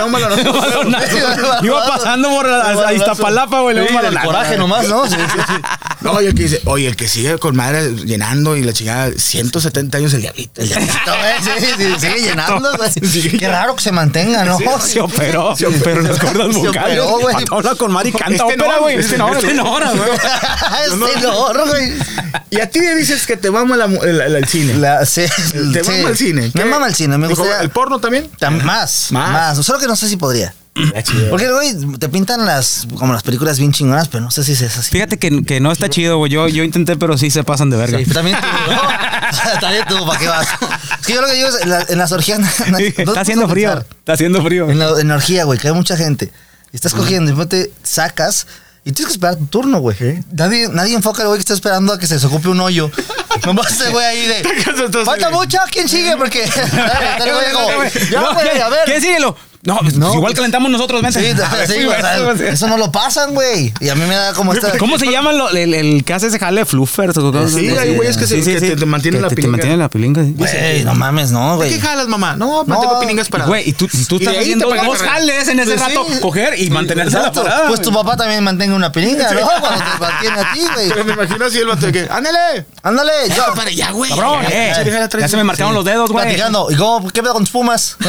de un balonazo. Balonazo. Iba pasando por la- a- a Iztapalapa, güey, le dio un El balonazo. coraje nomás, ¿no? Sí, sí, sí. No, y el que dice, oye, el que sigue con madre llenando y la chingada, 170 años el diablito. El llanito, güey, sí, sí, sigue llenando, güey. Sí. Qué raro que se mantenga, ¿no? Se operó, Se operó. pero las cuerdas Se vocales. operó, güey. Hasta Habla con Mari, canta Este no, ópera, güey. este no, Este no, güey. güey. Este loro, güey. Y a ti le dices que te vamos al cine. La- sí, te sí. vamos al cine. Me ¿Qué? mama el cine, me Dijo, gusta. ¿El porno también? Más, más, Más. Solo que no sé si podría. Porque Porque, güey, te pintan las como las películas bien chingonas, pero no sé si es así. Fíjate que, que no está chido, güey. Yo, yo intenté, pero sí se pasan de verga. Sí, también tú, ¿no? También tú, ¿para qué vas? Es que yo lo que digo es, en, la- en las orgías... no- no te pones está a haciendo frío. pensar. Está haciendo frío. En la, en la orgía, güey, que hay mucha gente. Y estás cogiendo y te sacas y tienes que esperar tu turno, güey. Nadie, nadie enfoca al güey que está esperando a que se desocupe un hoyo. Nomás ese güey ahí de. entonces, Falta güey. mucho, ¿quién sigue? Porque. Dale, güey, como, ya, No, güey, a ver. ¿Qué síguelo? No, pues, No. igual calentamos nosotros, vente. Sí, A ver, sí, sí, güey, o sea, güey, sí. eso no lo pasan, güey. Y a mí me da como esta. ¿Cómo se llama lo- el, el que hace ese jale de fluffers? o cosas Sí, así? hay güeyes que se- que te- te mantienen la te- pilinga. Te mantienen la pilinga. sí. Güey, no mames, no, ¿Qué güey. jalas, mamá? No, no tengo pilingas para. Güey, y tú, y tú Y de estás ahí haciendo te pagan dos la- jales en ese Pues sí. rato. Coger y mantenerse a la Exacto. parada. Pues tu güey. papá también mantenga una pilinga, ¿no? Cuando te mantiene a ti, güey. Pero me imagino así el vato de que, ándale. Ándale, yo. Para allá, güey. Cabrón, Ya, eh. ya, ya, ya, Ya se me marcaron los dedos, güey. Platicando. ¿Y cómo? ¿Qué pedo con tus pumas? ¿Eh?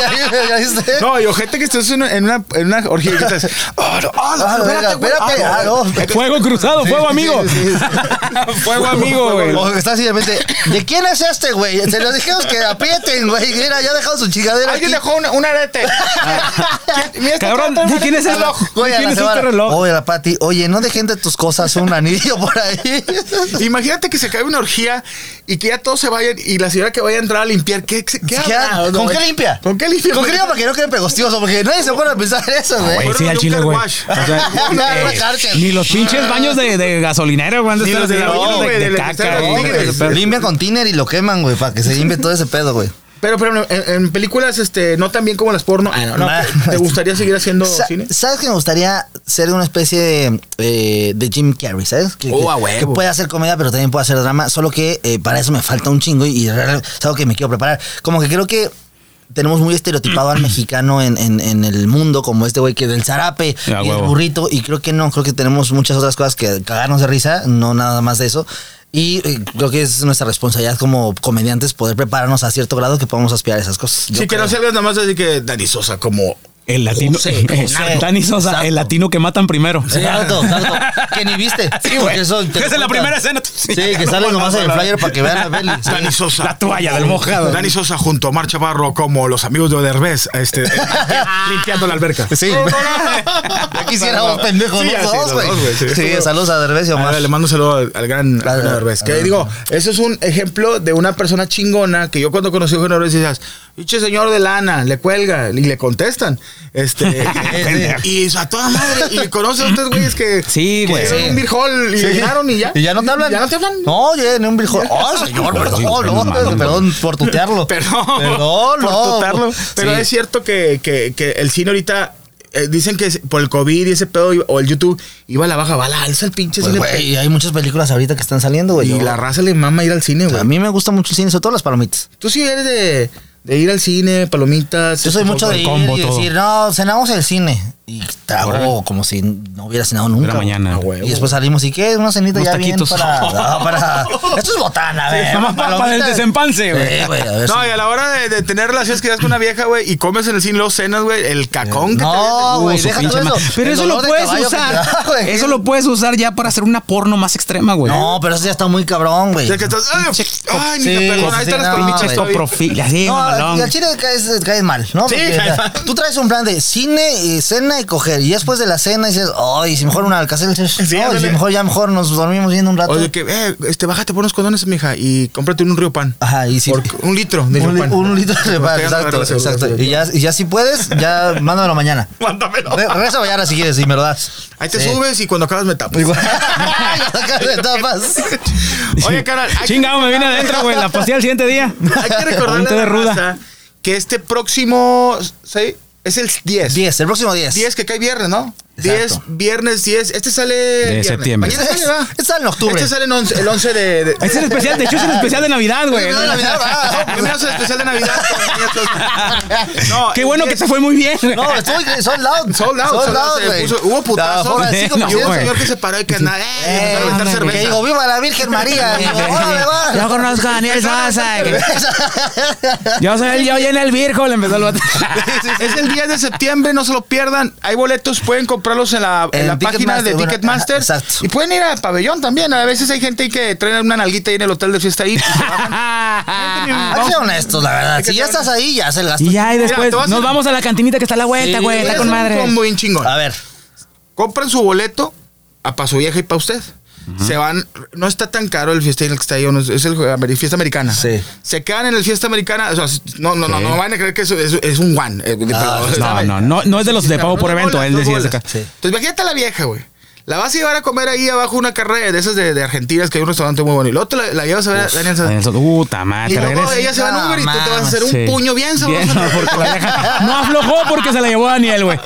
¿Ya viste? ¿Ya viste? No, y gente que estás en una, en una, en una orgía y que estás. ¡Oh, no! ¡Oh, no! Ah, no, espérate, venga, güey. espérate, Ah, ah, no. Fuego cruzado, fuego amigo. Sí, sí, sí. Fuego amigo, güey. O está así de repente, ¿de quién es este, güey? Se los dijimos que aprieten, güey. Mira, ya dejaron su chingadera. Alguien aquí. dejó un, un arete. Mira, este Cabrón, trato, ¿de quién es arete. el ojo? Güey, a ¿Quién la es este semana, reloj? Oye, la Pati, oye, no dejen de tus cosas un anillo por ahí. Imagínate que se cae una orgía y que ya todos se vayan y la señora que vaya a entrar a limpiar, ¿qué, qué, qué ¿Qué habrá? ha- No, ¿Con güey. qué limpia? ¿Con qué limpia? ¿Con qué limpia? Para que no quede pegostioso, porque nadie se pone a pensar eso, güey. Ah, Güey, sí, de al un chile, car güey. O wash. sea, No, eh, no, cárcel. Ah. ni los pinches baños de, de gasolinera, güey. han de Ni estar los de así, la llenos Uni, de, güey, de del caca. Estados güey. Unidos. Limpia con tiner y lo queman, güey, para que se limpie todo ese pedo, güey. Pero, pero en, en películas, este, no tan bien como las porno. Ah, no, no. Nah. ¿Te gustaría seguir haciendo Sa- cine? ¿Sabes que me gustaría ser una especie de, eh, de Jim Carrey, ¿sabes? Que, Oh, que- a huevo. que pueda hacer comedia, pero también pueda hacer drama. Solo que eh, para eso me falta un chingo y, y es algo que me quiero preparar. Como que creo que tenemos muy estereotipado al mexicano en, en- en el mundo, como este güey que del zarape A y el huevo. burrito. Y creo que no, creo que tenemos muchas otras cosas que cagarnos de risa, no nada más de eso. Y eh, creo que es nuestra responsabilidad como comediantes poder prepararnos a cierto grado que podamos aspirar a esas cosas. Yo Sí, que creo. no salgas nada más así que Dani Sosa como... El latino. José, José. Dani Sosa, Exacto. el latino que matan primero. Exacto, exacto. Que ni viste. Sí, güey. Porque eso te Que es en la cuentan. primera escena. Sí, que sale nomás en el flyer para que vean la peli. Sí. Dani Sosa. La toalla del mojado. Dani Sosa junto a Mar Chaparro como los amigos de Oderbez, este, limpiando la alberca. Sí. Ya quisiéramos pendejos Sí, los ya, sí, dos, los güey. dos, güey, sí. Sí, saludos a Derbez y A Omar. ver, Ah, le mando un saludo al, al gran Claro, Eugenio Derbez. claro. Que digo, eso es un ejemplo de una persona chingona que yo cuando conocí a Eugenio Derbez decías, pinche señor de lana, le cuelga y le contestan. Este, y, y a toda madre, y le conoce a ustedes güeyes que Sí, que güey. hicieron Sí. un beer hall y Sí. llegaron y ya. Y ya no te hablan. Ya no te hablan. No, oye, ni un brijo. Oh, señor, Sí, perdón, no, no, no, no. perdón por tutearlo. Perdón. Perdón, por no. tutarlo. Pero Sí. es cierto que, que- que el cine ahorita. eh, dicen que por el COVID y ese pedo, iba- o el YouTube, iba a la baja, va a la alza el pinche Pues, cine. güey, hay muchas películas ahorita que están saliendo, güey. y Yo- la raza le mama ir al cine, güey. A mí me gusta mucho el cine, sobre todo las palomitas. Tú sí eres de, de ir al cine, palomitas. este, Yo soy mucho de ir combo, y todo. decir, no, cenamos en el cine. Y trago como si no hubiera cenado nunca. Era güey. mañana. Ah, güey. Y después salimos y qué, una cenita Unos ya bien taquitos. para, no, para. Esto es botana, güey. nada más para- para el Palomitas. desempance, güey. Sí, güey. a ver si- No, y a la hora de, de tener relaciones que das con una vieja, güey, y comes en el cine, los cenas, güey, el cacón que No, güey, Su deja pinche todo eso. madre. Pero El eso lo dolor de puedes caballo que te usar. da, güey. Eso lo puedes usar ya para hacer una porno más extrema, güey. No, pero eso ya está muy cabrón, güey. te. O sea, que estás. Ay, ay, ni Sí, te perdona, ahí sí, están las no, palomitas güey. Esto todavía. profil, así, No, mamalón. y al chile caes, caes mal, ¿no? Sí, Porque, caes o sea, mal. Tú traes un plan de cine, eh, cena y coger. Y después de la cena dices, ay, si mejor un alcacel. no, y si ándale. mejor ya mejor nos dormimos viendo un rato. Oye, que, eh, este, bájate por unos condones, mija, y cómprate un río pan. Ajá, y si. Por un litro de Ah, un, río li- pan. un litro de pan, Estoy exacto, agarrando la exacto. seguridad. Y ya, y ya si puedes, ya mándamelo mañana. Mándamelo. Re- Regresa mañana si quieres y me lo das. Ahí te Sí. subes y cuando acabas me tapas. Igual. Ya sacaste tapas. Oye, carnal. hay que- Chingado, me vine adentro, güey. La pasé al siguiente día. Hay que Un recordarle té a de la ruda. raza que este próximo. ¿sí? Es el 10. 10, el próximo 10. 10 que cae viernes, ¿no? Exacto. 10, viernes 10. Este sale. viernes. septiembre. Mañana sale, ¿verdad? Este sale en octubre. Este sale en once- el 11 de. de- Este es el especial, de hecho, es el especial de Navidad, güey. Primero de Navidad, Ah, ah. Primero es el especial de Navidad. con- No, Qué el bueno que 10. te fue muy bien. No, estuvo increíble. Sold out. Sold out, sold out, se güey. puso- hubo putazo. No, fuera de cinco No, Y un minutos. güey. señor que se paró y que nada. Eh, ¡Eh! empezó a aventar mames, cerveza. que digo, viva la Virgen María. Y digo, órale, va. Yo conozco a Daniel Sosa. que- Yo soy el yo en el Virgo, le empezó el vato. Es el 10 de septiembre, no se lo pierdan. Hay boletos, pueden comprarlos en la, en En la página Ticketmaster, de bueno, Ticketmaster. ajá, exacto. y pueden ir al pabellón también. A veces hay gente ahí que trae una nalguita ahí en el hotel de fiesta ahí. y se bajan. Hay que ser honestos, la verdad. Si ya estás ahí, ya se el gasto. Y ya, y después te vas a- nos vamos a la cantinita que está a la vuelta, Sí, güey. Voy Está a hacer con un madre. combo bien chingón. A ver. Compran su boleto a Paso Vieja y para usted. Se van, no está tan caro el fiesta en el que está ahí, uno- es el amer- fiesta americana. Sí. Se quedan en el fiesta americana, o sea, no, no, no, Sí. Ah, no van a creer que eso es, es un one. eh, pero- No, no, no, no es de los de pago por Dos evento, bolas, él dos decía bolas. acá. Sí. Entonces imagínate a la vieja, güey. La vas a llevar a comer ahí abajo una carrera de esas de, de Argentinas, que hay un restaurante muy bueno. Y luego te la, la llevas a ver a Daniel San- Daniel Sosa, Puta madre, Y te luego regresas. ella se va en No, Uber y tú te vas a mames, hacer un Sí. puño bien sabroso. Bien, no, porque la vieja no aflojó porque se la llevó a Daniel, güey.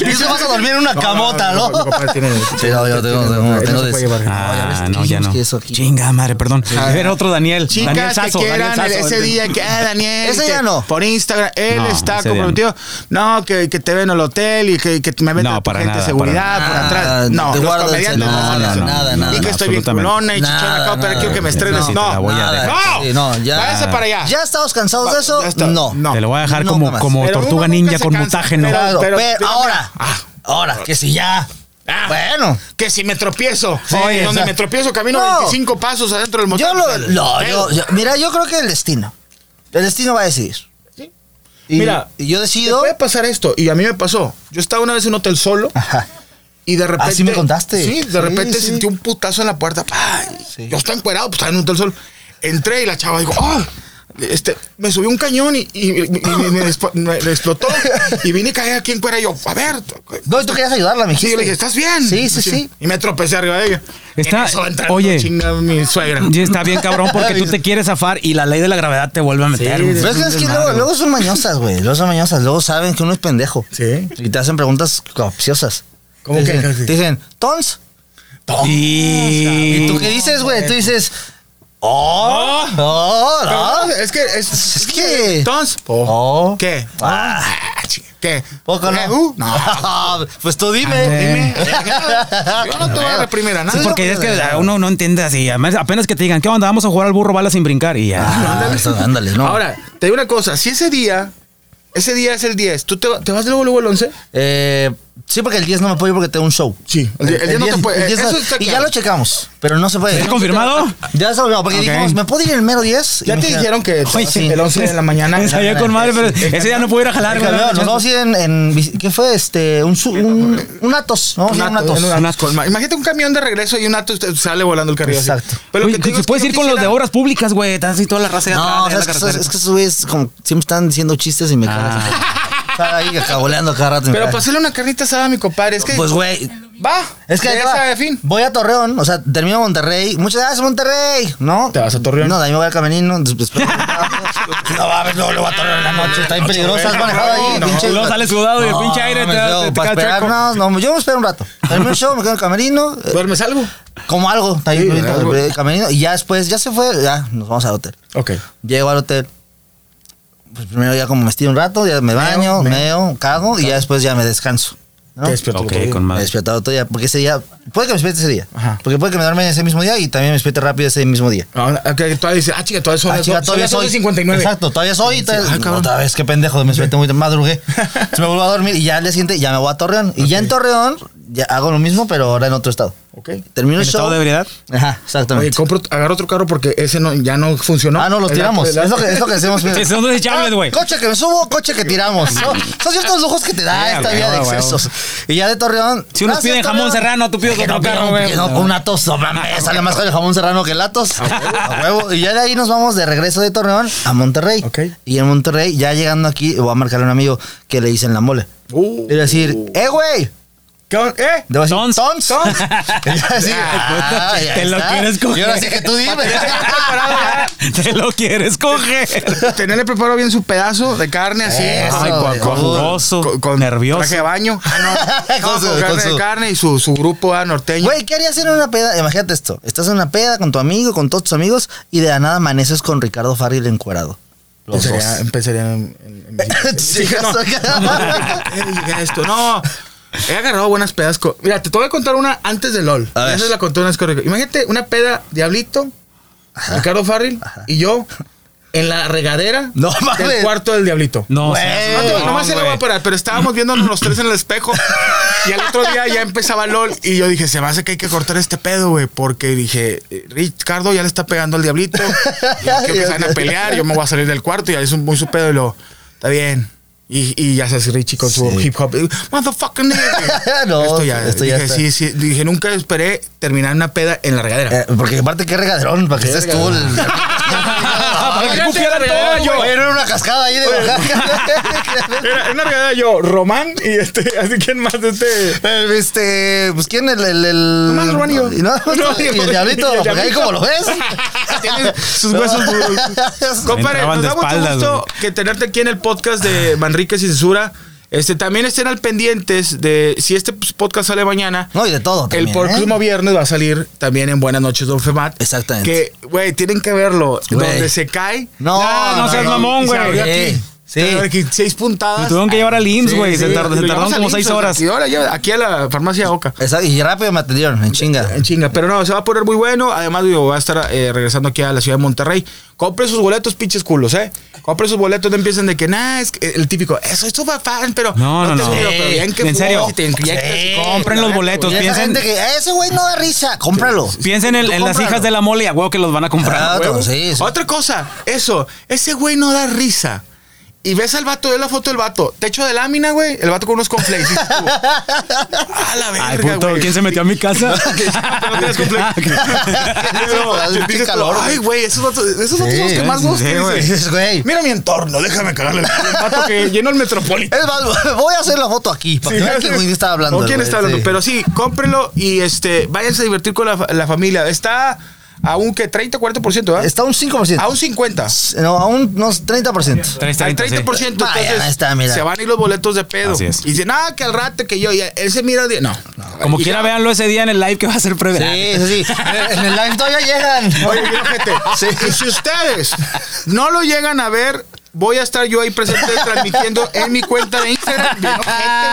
Y tú vas a dormir en una camota, ¿no? mi compadre tiene- Sí, no, yo tengo, tengo, tengo de- Ah, no, dijimos ya no. que eso aquí- Chinga madre, perdón. Era otro Daniel. Daniel Chicas Sasso, que Daniel quieran Sasso. ese día que, ah, Daniel. Ese que día no. Por Instagram, él No, está ese día no. comprometido. No, que, que te ven al hotel y que, que me meten No, a tu para gente nada, de seguridad por para nada. atrás. Ah, No, te los guardas el comediantes no celular, hacen nada, eso. nada, Y que nada, estoy bien absolutamente. culona y chichona Nada, acá, pero nada. quiero que me Sí, estrenes. sí, te la no, voy a nada. dejar. no, Sí, no, ya. Váyase para allá. ¿Ya estamos cansados de eso? Ya está. No. No. Te lo voy a dejar No, como, jamás. como Pero uno tortuga nunca ninja se con cansa, mutágeno. Claro, Pero- pero, pero- ahora, Ah. ahora, que si ya. Ah, Bueno. Que si me tropiezo. Oye, donde o sea, me tropiezo camino no. 25 pasos adentro del motor. Yo lo. No, Eh, yo, yo- mira, yo creo que el destino. El destino va a decidir. Y, Mira, y yo te decido. puede pasar esto. Y a mí me pasó. Yo estaba una vez en un hotel solo. Ajá. Y de repente. Ah, Así me contaste. Sí, Sí, de repente sí. sentí un putazo en la puerta. pa, Sí. Yo estaba encuerado, pues estaba en un hotel solo. Entré y la chava dijo, ¡oh! Este, me subió un cañón y, y- y- y me, me expo- me- me explotó. Y vine a caer aquí en cuera. Y yo, a ver. tú- No, y tú querías ayudarla, me Sí, dijiste. yo le dije, ¿estás bien? Sí, sí, Así. sí. Y me tropecé arriba de ella. Está- En eso entrando, oye. chinga mi suegra. Y está bien cabrón porque tú te quieres zafar y la ley de la gravedad te vuelve a meter. güey. Pues Pero es que, es que luego, luego son mañosas, güey. Luego son mañosas. Luego saben que uno es pendejo. Sí. Y te hacen preguntas capciosas. ¿Cómo Te que? dicen- Te dicen, ¿tons? Y- ¿Y tú qué dices, güey? Tú dices, ¡oh! Ah. ¡oh! No, no". es que es, Es que- entonces Oh. ¿qué? Ah. Ah, chi- ¿Qué? ¿Poco Eh, no? uh, no. pues tú dime. Dime. Yo no te voy a reprimir a Sí, nadie. porque es que uno no entiende así. Además, Apenas que te digan, ¿qué onda? Vamos a jugar al burro bala sin brincar. Y ya. Ah, eso, ándale, no. Ahora, te digo una cosa, si ese día ese día es el 10, ¿tú te, te vas luego luego el 11? Eh, sí, porque el 10 no me puedo ir porque tengo un show. Sí, el die- el die no te puede- eh, el 10 eso no- está y ya claro. lo checamos, pero no se puede. ¿Está confirmado? Ya se lo porque Ok. dijimos, ¿me puedo ir el mero 10? Y Ya me te dijeron que te Oye, vas sí. el 11 de la mañana. Sabía con madre, pero ese día no pude ir a jalar. güey. Déjame ver, Nos vamos a ir en, en bici- ¿Qué fue? Este, un, su- un, un Atos. Vamos a ir a un Nato, Atos. en un Atos. Colma. Imagínate un camión de regreso y un ato sale volando el carril. así. Exacto. Pero lo Oye, que te digo se es que puedes yo ir con los de quisiera- obras públicas, güey. Estás así toda la raza de atrás. No, de la ¿sabes qué? carretera. Ah. es que esos güeyes como siempre están diciendo chistes y me cagas. Están ahí caboleando cada rato. y me Pero cagas. pasarle una carnita asada a mi compadre, es que Pues güey, va. es que ahí te va. ya sabe fin. voy a Torreón, o sea, termino Monterrey, muchas gracias Monterrey, ¿no? Te vas a Torreón. No, de ahí me voy al Camerino, des- después- pues, no mames, no, le voy a Torreón en la noche, está bien peligroso, has manejado ahí, No, pinche- y luego sales sudado y el pinche aire te mames, da- luego, te- te para queda esperar, chueco. pues, no, no, yo me espero un rato, termino el show, me quedo en el Camerino, eh, ¿Duermes algo? como algo, está ahí Sí, en el algo. Camerino, y ya después, ya se fue, ya, nos vamos al hotel. Ok. Llego al hotel. Pues primero ya como me estiro un rato, ya me baño, meo, cago y ya después ya me descanso. ¿no? Te despierto Ok, otro día. con Me he madre. despertado todo día, porque ese día, puede que me despierte ese día. Ajá. Porque puede que me duerme ese mismo día y también me despierte rápido ese mismo día. Ahora, que todavía dice, ah, chica, todavía son Ah, las chica, do- son las 11:59. Exacto, todavía soy. Todavía, Ah, cabrón. otra vez, qué pendejo, me desperté muy temprano, madrugué. Se me vuelvo a dormir y ya al día siguiente ya me voy a Torreón. Y ya en Torreón ya hago lo mismo, pero ahora en otro estado. Ok. Termino ¿En el show. estado de ebriedad? Ajá, Oye, exactamente. compro, agarro otro carro porque ese no, ya no funcionó. ah, no, los El- tiramos. Es el- lo que, es lo que hacemos. Sí, Son desechables, güey. Coche que me subo, coche que tiramos. Son, son ciertos lujos que te da Sí, esta güey, vida de güey, excesos. Y ya de Torreón. Si unos gracias, piden jamón Torreón. serrano, tú pides Que otro no, carro, no, güey. que no, Con un atos, no mames, Sale más caro el jamón serrano que el atos. A huevo. Y ya de ahí nos vamos de regreso de Torreón a Monterrey. Ok. Y en Monterrey, ya llegando aquí, voy a marcarle a un amigo que le dicen la mole. Uh. Y decir, ¡eh, güey! ¿Qué on- ¿Eh? Debo decir, Tons. ¡Tons! Y yo así, ah, ya Te lo está. quieres coger. Y ahora sí que tú dime. Te lo quieres coger. Tenerle preparado bien su pedazo de carne así. Eso, Ay, güey. co- jugoso, nervioso. Traje de baño. Ah, no. Con No, su- con con carne su- de carne y su, su grupo ah, norteño. Güey, ¿qué harías en una peda? Imagínate esto. Estás en una peda con tu amigo, con todos tus amigos, y de la nada amaneces con Ricardo Farril encuerado. Los dos. empezaría, empezaría en, en- en mis- Sí, no, acá. Eh, llegué a esto. No. He agarrado buenas pedas. con- Mira, te te voy a contar una antes de LOL. A ver. Esa la conté una vez con- Imagínate una peda, Diablito, Ricardo Farril y yo en la regadera No mames. del cuarto del Diablito. No, Güey. seas- No, te- nomás se lo voy a güey. parar, pero estábamos viéndonos los tres en el espejo. Y al otro día ya empezaba LOL. Y yo dije, se me hace que hay que cortar este pedo, güey. Porque dije, eh, Ricardo ya le está pegando al diablito. Y hay que empezaron a pelear. Yo me voy a salir del cuarto. Y ahí es un muy su pedo. Y lo, está bien. Y, y ya se hace Richie con su Sí. hip hop. Motherfucking nigga. No, esto ya dije, está. sí, sí. Dije, nunca esperé terminar una peda en la regadera. Eh, porque aparte, qué regaderón, para que estés tú. el- Para que cupieran todo, Oye, güey. no era una cascada ahí de Era en la regadera yo, Román y este, así quién más este. Eh, Este, pues quién el el el Nomás Ronnie. y no, Ronnie, y el Ronnie, diablito, y el porque ahí diablito. como lo ves. Tiene sus huesos duros. Compadre, Entraban nos de da mucho espaldas, gusto que tenerte aquí en el podcast de Manrique Sin Censura. Este, también estén al pendientes de si este pues, podcast sale mañana. No, y de todo también, el ¿eh? próximo viernes va a salir también en Buenas noches, Don Femat. Exactamente. Que, güey, tienen que verlo. Güey. Donde se cae. No, Ah, no seas mamón, y se güey. abrió aquí. Sí, Se abrió aquí, seis puntadas. Lo tuvieron que llevar al IMSS, Sí, güey. se sí, tard- lo se llevamos tardaron al como IMSS, seis o sea, horas. Y ahora ya aquí a la farmacia Oca. Exacto, y rápido me atendieron, en chinga. En chinga, pero no, se va a poner muy bueno. Además, digo, va a estar eh, regresando aquí a la ciudad de Monterrey. Compre sus boletos, pinches culos, ¿eh? compre sus boletos, no empiecen de que, nah, es que el típico, eso es super fan, pero. No, no, te no. juro, pero bien que En fue, serio. si te inyectas, Sí. Compren los boletos, Y esa piensen, gente que, "Eh, ese güey no da risa, cómpralo. piensen en, Tú en las cómpralo. hijas de la mole y a huevo que los van a comprar. Ah, huevo. sí, sí. Otra cosa, eso, ese güey no da risa. Y ves al vato, ves la foto del vato, techo de lámina, güey, el vato con unos conflakes. dices tú, A la verga, Ay, puto, güey. ¿quién se metió a Ah, mi casa? No tienes conflakes. Pero, Ay, qué dices tú, calor, güey. Ay, güey, esos vatos, esos vatos son los que más gusto. Sí, güey. Dices, güey. Mira mi entorno, déjame cagarle. El vato que llenó el metropolitano. Es más, voy a hacer la foto aquí para que vean quién güey está hablando. ¿Con quién güey, está hablando? sí. Pero sí, cómprenlo y este, váyanse a divertir con la, fa- la familia. Está a un que 30, 40%, ¿verdad? Está un 5%. A un 50. No, a un unos 30%. Tres, Al treinta, sí. 30%, entonces Vaya, ahí está, mira. se van a ir los boletos de pedo. Así es. Y dicen, ah, que al rato que yo, y él se mira, de- no. no. Como Y quiera, ya. véanlo ese día en el live que va a ser previo. Sí, sí, sí. En el- En el live todavía llegan. Oye, bien ojete. Y si ustedes no lo llegan a ver, voy a estar yo ahí presente transmitiendo en mi cuenta de Instagram. Bien ojete,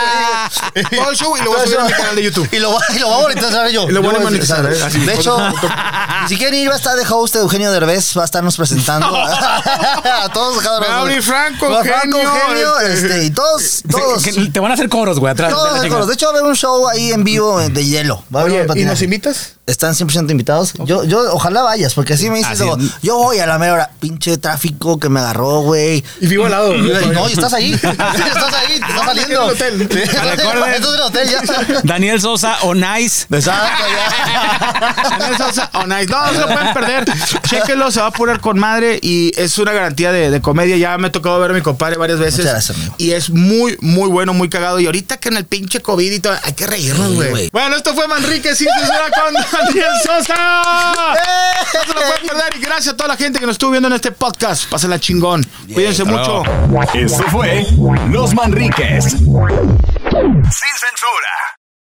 güey. Todo el show y lo voy a subir a mi canal de YouTube. Y lo, va- y lo va a monetizar yo. Y lo voy a Yo monetizar, decir, ¿eh? Así, de por hecho, supuesto. si quieren ir, va a estar de host Eugenio Derbez. Va a estarnos presentando a todos. cada uno. Gabriel Franco, Va Franco, Eugenio, Eugenio, este- este, y todos, todos. Que- que Te van a hacer coros, güey, atrás. todos los coros. De hecho, va a haber un show ahí en vivo eh, de hielo. Va a haber un patinaje. invitas? Están 100% invitados. Yo, yo, ojalá vayas, porque así me dices, Así luego, yo voy a la mera hora. Pinche tráfico que me agarró, güey. Y vivo al lado. Y yo, No, y estás ahí. Sí, estás ahí, te está saliendo. Estás en el hotel. Sí, estás en el- Recuerden. estás en el hotel ya. Daniel Sosa o Nice. Exacto, ya. Daniel Sosa, oh, nice. No, no se lo pueden perder. Chéquenlo, se va a poner con madre y es una garantía de, de comedia. Ya me ha tocado ver a mi compadre varias veces. Muchas gracias, amigo. Y es muy, muy bueno, muy cagado. Y ahorita que en el pinche COVID y todo, hay que reírnos, Sí, güey. güey. bueno, esto fue Manrique sin censura con Daniel Sosa. Eh. No se lo pueden perder. Y gracias a toda la gente que nos estuvo viendo en este podcast. Pásenla chingón. Cuídense mucho. Esto fue Los Manriques.